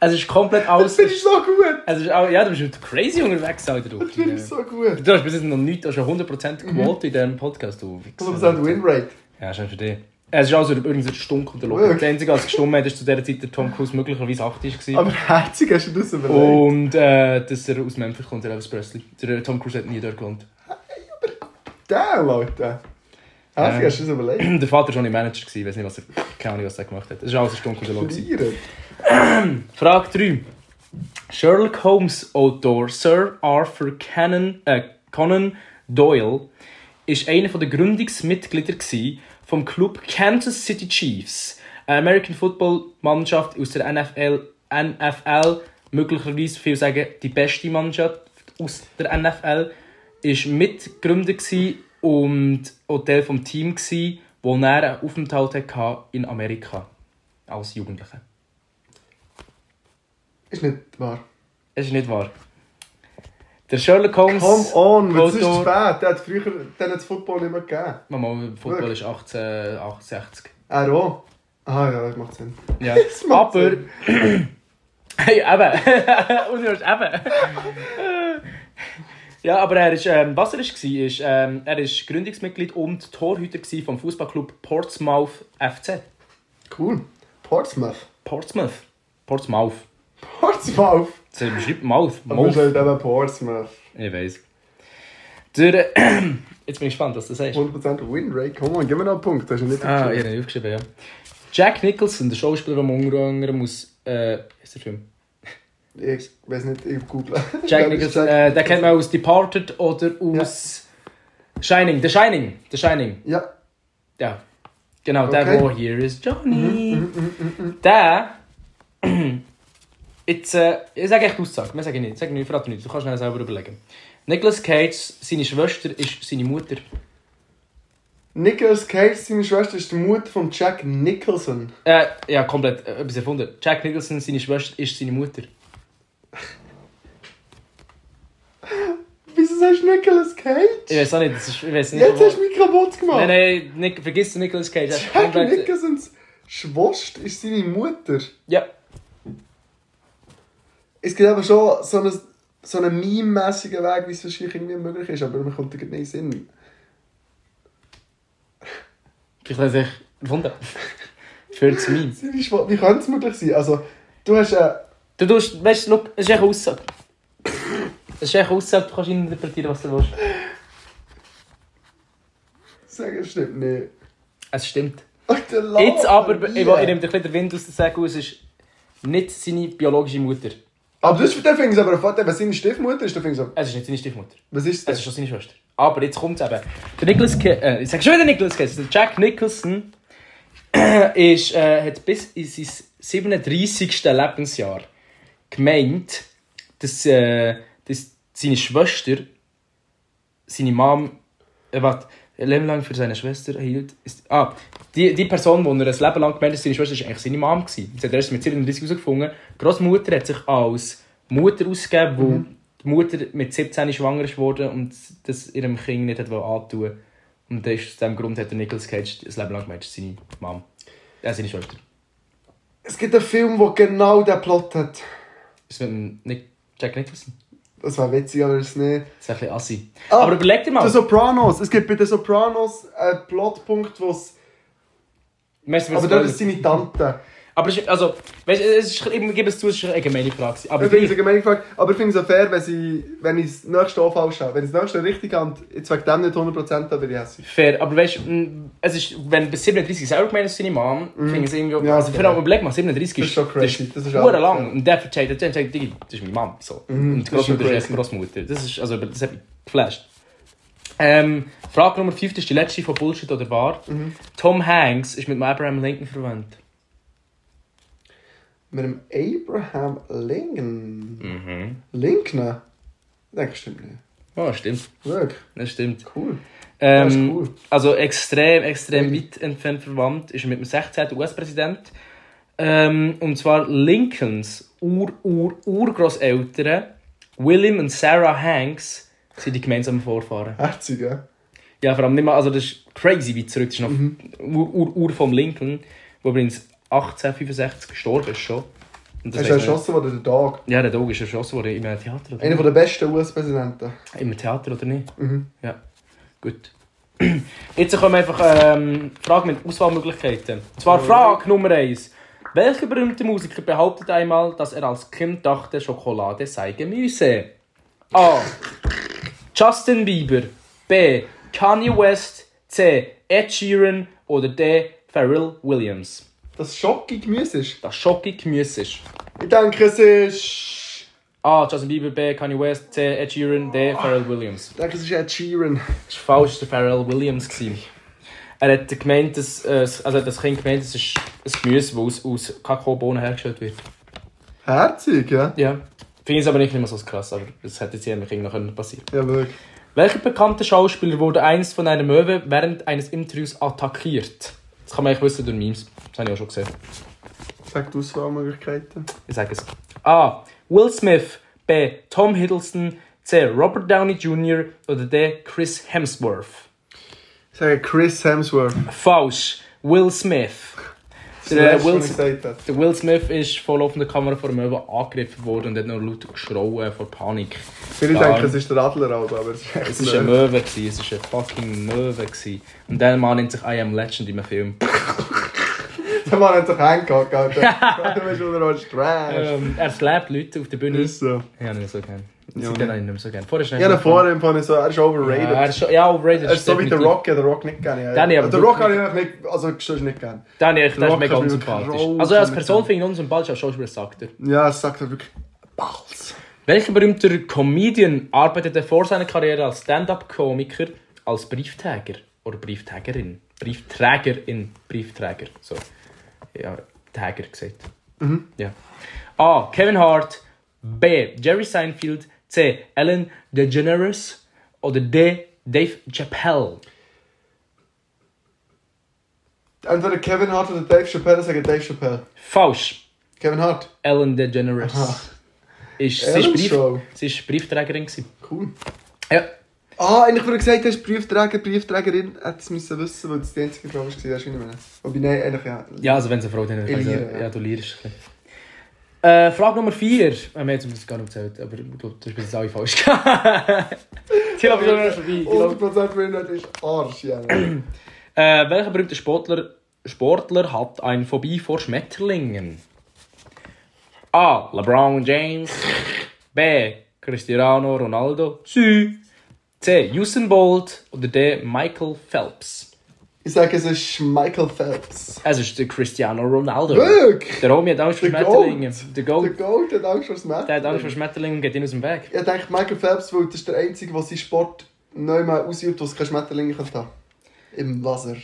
[SPEAKER 4] Es ist komplett
[SPEAKER 5] Das
[SPEAKER 4] alles.
[SPEAKER 5] finde ich
[SPEAKER 4] es
[SPEAKER 5] so gut.
[SPEAKER 4] ist auch, ja, du bist crazy unterwegs, Alter. Du.
[SPEAKER 5] Das finde ich so gut.
[SPEAKER 4] Du hast bis jetzt noch nichts, du hast ja 100% Quote in diesem Podcast. Du Wichser. Also,
[SPEAKER 5] 100% Winrate.
[SPEAKER 4] Ja, schön für dich. Es ist also übrigens ein Stunk und der Locken.
[SPEAKER 5] Wirklich?
[SPEAKER 4] Der einzige, als gestummt hat, ist zu dieser Zeit der Tom Cruise möglicherweise 80 war.
[SPEAKER 5] Aber herzig hast du das überlegt.
[SPEAKER 4] Und äh, dass er aus Memphis kommt, der Elvis Presley. Der äh, Tom Cruise hat nie dort gewohnt.
[SPEAKER 5] Damn, Alter. Herzig hast du das überlegt.
[SPEAKER 4] Hm, Der Vater war schon im Manager, gewesen, ich weiß nicht, was er, keine Ahnung, was er gemacht hat. Es ist alles ein Stunk und der Locken.
[SPEAKER 5] Verlieren.
[SPEAKER 4] Frage 3. Sherlock Holmes Autor Sir Arthur Conan, äh, Conan Doyle ist einer der Gründungsmitglieder gsi vom Club Kansas City Chiefs, eine American Football Mannschaft aus der NFL, NFL möglicherweise viel sagen die beste Mannschaft aus der NFL, ist Mitgründer gsi und Hotel vom Team gsi, wo er einen Aufenthalt hatte in Amerika als Jugendlicher.
[SPEAKER 5] Ist nicht wahr.
[SPEAKER 4] Es ist nicht wahr. Der Sherlock Holmes.
[SPEAKER 5] Come on, es ist zu spät.
[SPEAKER 4] Autor,
[SPEAKER 5] Der hat früher den hat das Football nicht mehr gegeben.
[SPEAKER 4] Mama, Football ist 1868.
[SPEAKER 5] Er auch. Ah ja, das macht Sinn.
[SPEAKER 4] Ja.
[SPEAKER 5] Das macht
[SPEAKER 4] Aber.
[SPEAKER 5] Sinn.
[SPEAKER 4] hey, eben! Und du hast eben! ja, aber er ist, ähm, was er ist, war, ist, ähm, er ist Gründungsmitglied und Torhüter gsi vom Fußballclub Portsmouth FC.
[SPEAKER 5] Cool. Portsmouth.
[SPEAKER 4] Portsmouth. Portsmouth.
[SPEAKER 5] Portsmouth.
[SPEAKER 4] Das schreibt Mouth.
[SPEAKER 5] Aber
[SPEAKER 4] Mouth.
[SPEAKER 5] es ist eben Portsmouth.
[SPEAKER 4] Ich weiß. Der, jetzt bin ich gespannt, was du sagst.
[SPEAKER 5] 100% Winrate, come on, gib mir noch einen Punkt. Das ist nicht
[SPEAKER 4] Ah, ich habe nicht aufgeschrieben, ja. Jack Nicholson, der Schauspieler, der unter anderem aus... Äh, ist der Film?
[SPEAKER 5] Ich weiß nicht, ich google.
[SPEAKER 4] Jack Nicholson, äh, den kennt man aus Departed oder aus... Shining, The Shining, The Shining.
[SPEAKER 5] Ja,
[SPEAKER 4] Ja. Genau, der,
[SPEAKER 5] Okay. Mhm,
[SPEAKER 4] wo Here is Johnny. Der. Jetzt, äh, ich sage echt die Aussage, wir sagen nicht, sag nicht, verrate nicht, du kannst schnell selber überlegen. Nicolas Cage, seine Schwester ist seine Mutter.
[SPEAKER 5] Nicolas Cage, seine Schwester, ist die Mutter von Jack Nicholson.
[SPEAKER 4] Äh, ja, komplett, äh, etwas erfunden. Jack Nicholson, seine Schwester ist seine Mutter.
[SPEAKER 5] Wieso sagst du Nicolas Cage?
[SPEAKER 4] Ich weiß auch nicht, das ist, ich weiß nicht.
[SPEAKER 5] Jetzt
[SPEAKER 4] wo-
[SPEAKER 5] hast du mich kaputt gemacht.
[SPEAKER 4] Nein, nein, Nic vergiss den Nicolas Cage. er ist
[SPEAKER 5] Jack
[SPEAKER 4] komplett-
[SPEAKER 5] Nicholsons Schwester ist seine Mutter.
[SPEAKER 4] Ja.
[SPEAKER 5] Es gibt aber schon so einen, so einen meme-mässigen Weg, wie es wahrscheinlich irgendwie möglich ist, aber man kommt da gerade nicht in den Sinn.
[SPEAKER 4] Ich weiß echt, erfunden. Für das Meme.
[SPEAKER 5] Seine Schw- Wie könnte es möglich sein? Also, du hast äh,
[SPEAKER 4] Du tust, weißt du, look, es ist echt eine Aussage. Es ist echt eine Aussage, du kannst interpretieren, was du willst.
[SPEAKER 5] Sag, es stimmt nicht.
[SPEAKER 4] Es stimmt.
[SPEAKER 5] Ach, der Lauf,
[SPEAKER 4] Jetzt aber,
[SPEAKER 5] Mann,
[SPEAKER 4] ich, ich
[SPEAKER 5] yeah.
[SPEAKER 4] nehme dir ein bisschen den Wind dus aus der Säge aus, es ist nicht seine biologische Mutter.
[SPEAKER 5] Aber das dann fängt es aber an, wenn seine Stiefmutter ist, dann fängt es an.
[SPEAKER 4] Es ist nicht seine Stiefmutter.
[SPEAKER 5] Was ist
[SPEAKER 4] Es
[SPEAKER 5] das?
[SPEAKER 4] ist schon seine Schwester. Aber jetzt kommt es eben. Der Nicholas Cage, äh, ich sag schon wieder Nicholas Cage, der Jack Nicholson ist, äh, hat bis in sein 37. Lebensjahr gemeint, dass, äh, dass seine Schwester, seine Mom, äh, warte, ein Leben lang für seine Schwester hielt. Ist, ah, die, die Person, die er ein Leben lang gemeint hat, seine Schwester, war eigentlich seine Mom. Gewesen. Das hat er erst mit 37 herausgefunden. Die Großmutter hat sich als Mutter ausgegeben, wo
[SPEAKER 5] Mhm.
[SPEAKER 4] die Mutter mit 17 schwanger ist worden und das ihrem Kind nicht hat wollen antun Und das ist, aus diesem Grund hat der Nicolas Cage ein Leben lang gemeint, das ist seine Mom. Ja, seine Schwester.
[SPEAKER 5] Es gibt einen Film, der genau diesen Plot hat.
[SPEAKER 4] Ist mit dem Nick Jack Nicholson.
[SPEAKER 5] Das war witzig, aber es ist nicht.
[SPEAKER 4] Das ist ein bisschen assi.
[SPEAKER 5] Ah,
[SPEAKER 4] Aber überleg dir mal.
[SPEAKER 5] The Sopranos. Es gibt bei The Sopranos einen Plotpunkt, wo es.
[SPEAKER 4] Meinst du, was
[SPEAKER 5] Aber
[SPEAKER 4] du-
[SPEAKER 5] dort ist seine Tante.
[SPEAKER 4] Aber es ist, also, weißt, du, es ist, ich gebe es zu, es ist eine allgemeine Frage. gewesen. Aber
[SPEAKER 5] Ich finde
[SPEAKER 4] gleich,
[SPEAKER 5] es allgemein gefragt. Aber ich finde es auch fair, wenn, sie, wenn ich das nächste auch falsch habe. Wenn ich das nächste richtig habe und jetzt wegen dem nicht 100% habe, bin ich hässlich.
[SPEAKER 4] fair. Aber weißt, du, mh, es ist, wenn bis 37 selber gemeint ist, seine Mom, finde ich es irgendwie.
[SPEAKER 5] Mhm. Ja,
[SPEAKER 4] also, vor
[SPEAKER 5] genau.
[SPEAKER 4] allem, überleg mal, 37
[SPEAKER 5] Das
[SPEAKER 4] ist.
[SPEAKER 5] ist schon crazy. Das
[SPEAKER 4] Das
[SPEAKER 5] ist
[SPEAKER 4] ist
[SPEAKER 5] alles,
[SPEAKER 4] lang.
[SPEAKER 5] ja. Mhm,
[SPEAKER 4] Und der verteilt, der sagt, Digi, das ist meine Mom. So. Und die
[SPEAKER 5] das ist schon
[SPEAKER 4] Großmutter ist
[SPEAKER 5] crazy.
[SPEAKER 4] die Großmutter. Das ist, also, das hat mich geflasht. Ähm, Frage Nummer 5 das ist die letzte von Bullshit oder Wahr.
[SPEAKER 5] Mhm.
[SPEAKER 4] Tom Hanks ist mit dem Abraham Lincoln verwandt.
[SPEAKER 5] Mit dem Abraham Lincoln.
[SPEAKER 4] Mhm.
[SPEAKER 5] Lincoln? Ich denke, stimmt nicht.
[SPEAKER 4] Ah, stimmt.
[SPEAKER 5] Wirklich?
[SPEAKER 4] Das stimmt.
[SPEAKER 5] Cool.
[SPEAKER 4] Ähm,
[SPEAKER 5] ist cool.
[SPEAKER 4] Also extrem, extrem weit entfernt verwandt ist er mit dem 16. US-Präsident. Ähm, und zwar Lincolns Ur -Ur Urgroßeltern, William und Sarah Hanks, sind die gemeinsamen Vorfahren.
[SPEAKER 5] Herzig, ja?
[SPEAKER 4] Ja, vor allem nicht mal, also das ist crazy weit zurück. Das ist noch
[SPEAKER 5] Mhm.
[SPEAKER 4] Ur -Ur -Ur vom Lincoln, der übrigens 1865 gestorben ist schon. Und das
[SPEAKER 5] Hast du
[SPEAKER 4] weiss man-
[SPEAKER 5] erschossen worden, der Dog?
[SPEAKER 4] Ja, der Dog ist erschossen worden im Theater. Oder?
[SPEAKER 5] Einer der besten US-Präsidenten.
[SPEAKER 4] Im Theater oder nicht? Ja. Gut. Jetzt kommen einfach ähm, Fragen mit Auswahlmöglichkeiten. Und zwar Frage Nummer 1. Welcher berühmte Musiker behauptet einmal, dass er als Kind dachte, Schokolade sei Gemüse? A. Justin Bieber. B. Kanye West. C. Ed Sheeran. Oder D. Pharrell Williams.
[SPEAKER 5] Das schockige Gemüse ist.
[SPEAKER 4] Das schockige Gemüse ist.
[SPEAKER 5] Ich denke, es ist.
[SPEAKER 4] A. Justin Bieber. B. Kanye West. C. Ed Sheeran. D. Pharrell Williams.
[SPEAKER 5] Ich denke, es ist Ed Sheeran.
[SPEAKER 4] ist falsch, der Pharrell Williams gewesen. Er hat gemeint, dass, äh, also das Kind gemeint, es ist ein Gemüse, das aus, aus Kakaobohnen hergestellt wird.
[SPEAKER 5] Herzig, ja?
[SPEAKER 4] Ja. Finde ich es aber nicht mehr so krass, aber das hätte jetzt jedem Kind noch können passieren
[SPEAKER 5] Ja, wirklich.
[SPEAKER 4] Welcher bekannte Schauspieler wurde einst von einer Möwe während eines Interviews attackiert? Das kann man eigentlich wissen durch Memes. Das habe ich auch schon gesehen.
[SPEAKER 5] Sag die Auswahlmöglichkeiten.
[SPEAKER 4] Ich sage es. A. Will Smith. B. Tom Hiddleston. C. Robert Downey Jr. Oder D. Chris Hemsworth.
[SPEAKER 5] Ich sage Chris Hemsworth.
[SPEAKER 4] Äh, Falsch. Will Smith. Der, äh,
[SPEAKER 5] Letzte,
[SPEAKER 4] Will,
[SPEAKER 5] was ich gesagt habe.
[SPEAKER 4] Der Will Smith ist vor laufender Kamera vor einem Möwe angegriffen worden und hat noch laut geschrauen vor Panik.
[SPEAKER 5] Viele
[SPEAKER 4] Ja.
[SPEAKER 5] denken, es ist der Adler, aber aber es ist echt
[SPEAKER 4] Es war ein Möwe, gewesen, es war ein fucking Möwe. gewesen. Und der Mann nennt sich I Am Legend in einem Film.
[SPEAKER 5] Der Mann hat sich eingehakt, Alter. Du bist unter uns Trash.
[SPEAKER 4] Ähm, er slappt Leute auf der Bühne.
[SPEAKER 5] Ist so.
[SPEAKER 4] Ja, nicht so gern.
[SPEAKER 5] Hm. Ja. ne.
[SPEAKER 4] Seitdem habe ich ihn nicht mehr so gerne. Vorher ist er
[SPEAKER 5] Ich habe
[SPEAKER 4] nicht mehr
[SPEAKER 5] vorher empfunden, so, er ist
[SPEAKER 4] gefallen.
[SPEAKER 5] overrated.
[SPEAKER 4] Ja, er ist schon, ja, overrated.
[SPEAKER 5] er ist so wie der
[SPEAKER 4] definitiv.
[SPEAKER 5] Rock, ich habe den Rock nicht gerne.
[SPEAKER 4] Den habe ich aber
[SPEAKER 5] den Rock habe
[SPEAKER 4] wirklich-
[SPEAKER 5] ich eigentlich nicht, also verstehst du nicht gerne.
[SPEAKER 4] Dann ich, der
[SPEAKER 5] Der
[SPEAKER 4] ist
[SPEAKER 5] Rock
[SPEAKER 4] mega
[SPEAKER 5] ist mir
[SPEAKER 4] unsympathisch.
[SPEAKER 5] wirklich
[SPEAKER 4] Also als
[SPEAKER 5] raus
[SPEAKER 4] Person
[SPEAKER 5] damit.
[SPEAKER 4] finde ich ihn unsympathisch, als Schauspieler sagt er.
[SPEAKER 5] Ja, es sagt er wirklich Balls.
[SPEAKER 4] Welcher berühmter Comedian arbeitete vor seiner Karriere als Stand-up-Komiker als Briefträger oder Briefträgerin? Briefträgerin, Briefträger. So. Ja, Träger gesagt. Ja. A. Kevin Hart. B. Jerry Seinfeld. C. Ellen DeGeneres. Oder D. Dave Chappelle.
[SPEAKER 5] Entweder Kevin Hart oder Dave Chappelle, sagen Dave Chappelle.
[SPEAKER 4] Falsch.
[SPEAKER 5] Kevin Hart.
[SPEAKER 4] Ellen DeGeneres.
[SPEAKER 5] Aha.
[SPEAKER 4] Ist, sie, ist
[SPEAKER 5] Ellen's
[SPEAKER 4] Brief,
[SPEAKER 5] Show.
[SPEAKER 4] sie ist Briefträgerin. gewesen.
[SPEAKER 5] Cool.
[SPEAKER 4] Ja.
[SPEAKER 5] Ah, eigentlich, wo du gesagt hast, Briefträger, Briefträgerin, hätte es müssen wissen, weil das die einzige Frau war, die du nicht mehr Wobei, nein, eigentlich ja.
[SPEAKER 4] Ja, also wenn es eine Frau dann
[SPEAKER 5] Ich
[SPEAKER 4] also,
[SPEAKER 5] liere,
[SPEAKER 4] ja.
[SPEAKER 5] ja.
[SPEAKER 4] du lierst ein bisschen. Äh, Frage Nummer Ah, 4. Wir haben jetzt das gar nicht gezählt, aber ich glaube, das ist bis jetzt alle falsch. Die habe ich noch nicht vorbei. ich glaub.
[SPEAKER 5] 100% Brünnert ist Arsch, ja.
[SPEAKER 4] Äh, welcher berühmte Sportler, Sportler hat eine Phobie vor Schmetterlingen? A. LeBron James. B. Cristiano Ronaldo. C. C. Usain Bolt. Oder D. Michael Phelps.
[SPEAKER 5] ich sage, es ist Michael Phelps.
[SPEAKER 4] Es ist der Cristiano Ronaldo.
[SPEAKER 5] Wirklich?
[SPEAKER 4] Der Romy hat Angst vor
[SPEAKER 5] Der
[SPEAKER 4] Schmetterlingen.
[SPEAKER 5] Goat.
[SPEAKER 4] Der
[SPEAKER 5] Der
[SPEAKER 4] Gold.
[SPEAKER 5] Gold hat Angst vor Smash.
[SPEAKER 4] Der hat Angst vor Schmetterlingen und geht ihnen aus dem Weg.
[SPEAKER 5] Ich denke, Michael Phelps, weil das ist der Einzige, der seinen Sport neu mal ausübt, was keine Schmetterlinge kann haben. Im Wasser.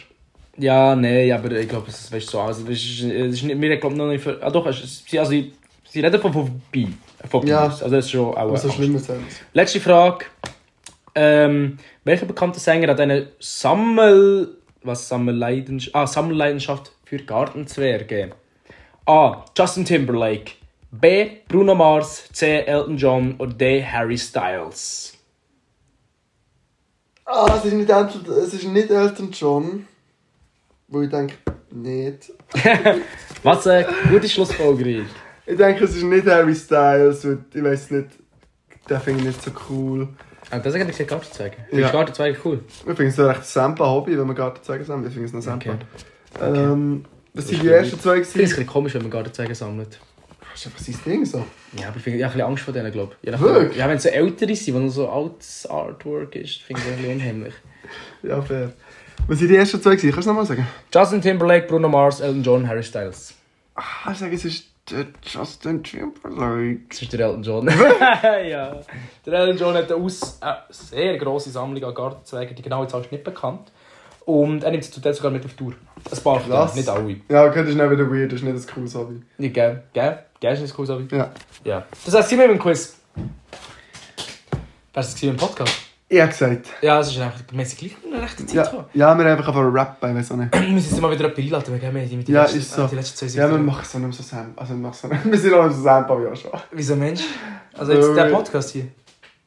[SPEAKER 4] Ja, nee, aber ich glaube, es ist weißt, du, so. Also, das ist, es ist nicht, mir glaubt noch nicht. ver- Ah, doch, es ist, sie, also, sie sie reden von Phobie. Phobie.
[SPEAKER 5] Ja.
[SPEAKER 4] Also, das ist schon auch.
[SPEAKER 5] Was so
[SPEAKER 4] Angst.
[SPEAKER 5] schlimm ist es.
[SPEAKER 4] Letzte Frage. Ähm, welcher bekannte Sänger hat eine Sammel. Was? Sammelleidenschaft. Ah, Sammelleidenschaft für Gartenzwerge. A. Justin Timberlake. B. Bruno Mars. C. Elton John. Oder D. Harry Styles.
[SPEAKER 5] Ah, es ist nicht Elton, es ist nicht Elton John. Wo ich denke, nicht.
[SPEAKER 4] Was eine gute Schlussfolgerung.
[SPEAKER 5] Ich denke, es ist nicht Harry Styles, weil ich weiß nicht, den finde ich nicht so cool.
[SPEAKER 4] Ah, das hätte ich gesagt, Gartenzwerge.
[SPEAKER 5] Ja.
[SPEAKER 4] Ja. Gartenzwerge cool.
[SPEAKER 5] Ich finde es ein recht sample Hobby, wenn man gerade sagen kann. Ich finde es noch sample.
[SPEAKER 4] Okay.
[SPEAKER 5] Ähm, das sind die ersten zwei
[SPEAKER 4] Ich finde es ein
[SPEAKER 5] gewesen.
[SPEAKER 4] bisschen komisch, wenn man Gartenzwerge sammelt.
[SPEAKER 5] Das ist einfach sein Ding so.
[SPEAKER 4] Ja, aber ich, finde, ich habe ein bisschen Angst vor denen, glaube ich. Je nachdem-
[SPEAKER 5] Wirklich?
[SPEAKER 4] Ja, wenn es so ältere sind, wenn so altes Artwork ist, finde ich es ein bisschen unheimlich.
[SPEAKER 5] Ja, fair. Was sind die ersten zwei gewesen? Kannst du nochmal sagen?
[SPEAKER 4] Justin Timberlake, Bruno Mars, Elton John, Harry Styles.
[SPEAKER 5] Ah, ich sage, es ist der Justin Timberlake.
[SPEAKER 4] Das ist der Elton John. ja. Der Elton John hat eine, aus, eine sehr grosse Sammlung an Gartenzweigen, die genaue Zahl ist nicht bekannt. Und er nimmt sie zurzeit sogar mit auf Tour. Ein paar von denen,
[SPEAKER 5] Krass.
[SPEAKER 4] nicht alle.
[SPEAKER 5] Ja, okay, das ist nicht wieder weird, das ist nicht das cooles Hobby.
[SPEAKER 4] Nicht gell? Gell? Gell ist nicht cool, Sabi?
[SPEAKER 5] Ja.
[SPEAKER 4] Ja. Das heißt, sind wir mit dem Quiz. Wärst du es gewesen mit dem Podcast?
[SPEAKER 5] Ich habe gesagt.
[SPEAKER 4] Ja, es ist eigentlich mäßig gleich eine rechte Zeit
[SPEAKER 5] Ja,
[SPEAKER 4] gekommen.
[SPEAKER 5] ja wir haben einfach auf Rap bei, weiß auch nicht.
[SPEAKER 4] Wir müssen jetzt mal wieder etwas einladen, weil wir haben die, die,
[SPEAKER 5] Ja,
[SPEAKER 4] letzten,
[SPEAKER 5] ist so.
[SPEAKER 4] die letzten zwei
[SPEAKER 5] Ja, wir
[SPEAKER 4] Sekunden-
[SPEAKER 5] machen so nicht mehr so Sam. Also, wir machen so nicht Wir sind auch nicht so Sam, aber ja schon.
[SPEAKER 4] Wieso Mensch? Also jetzt der
[SPEAKER 5] Äh,
[SPEAKER 4] Podcast hier.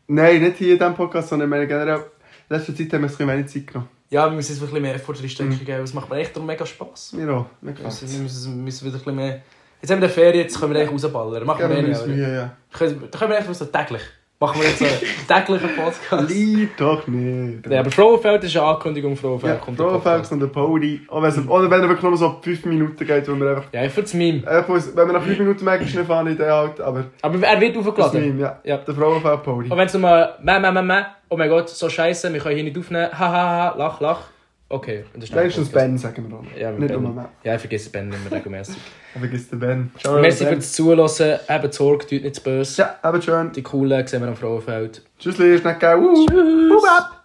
[SPEAKER 5] Nein, nicht hier in diesem Podcast, sondern ich meine generell. In letzter Zeit haben wir es ein bisschen wenig Zeit genommen.
[SPEAKER 4] Ja, wir müssen jetzt ein bisschen mehr Effort reinstecken,
[SPEAKER 5] Mhm.
[SPEAKER 4] gell? Das macht mir echt darum mega Spass.
[SPEAKER 5] Mir auch. Mir
[SPEAKER 4] Wir müssen,
[SPEAKER 5] gefällt's.
[SPEAKER 4] wir müssen, wir müssen wieder ein bisschen mehr... Jetzt haben wir eine Ferien, jetzt können wir eigentlich rausballern. Machen
[SPEAKER 5] Ja,
[SPEAKER 4] wir
[SPEAKER 5] wir
[SPEAKER 4] nicht,
[SPEAKER 5] müssen
[SPEAKER 4] aber...
[SPEAKER 5] Mühe, ja.
[SPEAKER 4] Können- Dann können wir einfach so täglich. Machen wir jetzt so einen täglichen Podcast.
[SPEAKER 5] Lieb doch nicht.
[SPEAKER 4] Nein, aber Frauenfeld ist eine Ankündigung, Frauenfeld
[SPEAKER 5] Ja,
[SPEAKER 4] kommt der
[SPEAKER 5] Profax
[SPEAKER 4] Podcast.
[SPEAKER 5] und der Pauli. Oder wenn es- oder wenn er wirklich nur so 5 Minuten geht, wo wir einfach.
[SPEAKER 4] Ja, ich finde es Meme.
[SPEAKER 5] Ich muss, wenn wir nach 5 Minuten merken, ist nicht fahre ich den halt, aber.
[SPEAKER 4] Aber er wird
[SPEAKER 5] Das
[SPEAKER 4] aufgeladen.
[SPEAKER 5] Meme, ja.
[SPEAKER 4] Ja.
[SPEAKER 5] Der Frauenfeld Pauli.
[SPEAKER 4] Und wenn es nochmal «Mä, mä, mä, mä», «Oh mein Gott, so scheiße, wir können hier nicht aufnehmen», «Ha, ha, ha, lach, lach». Okay, und das ist
[SPEAKER 5] Wenigstens
[SPEAKER 4] dann
[SPEAKER 5] Ben, sagen wir auch.
[SPEAKER 4] Ja,
[SPEAKER 5] nicht
[SPEAKER 4] ben.
[SPEAKER 5] nur mehr.
[SPEAKER 4] Ja, ich vergesse Ben immer regelmäßig.
[SPEAKER 5] Vergiss den Ben. Ciao,
[SPEAKER 4] Merci
[SPEAKER 5] Ben.
[SPEAKER 4] fürs Zuhören, eben Sorge, tut nicht zu böse.
[SPEAKER 5] Ja, aber schön.
[SPEAKER 4] Die Coolen sehen wir am Frauenfeld.
[SPEAKER 5] Tschüss, Leute, ist nicht geil. Tschüss. Hub ab.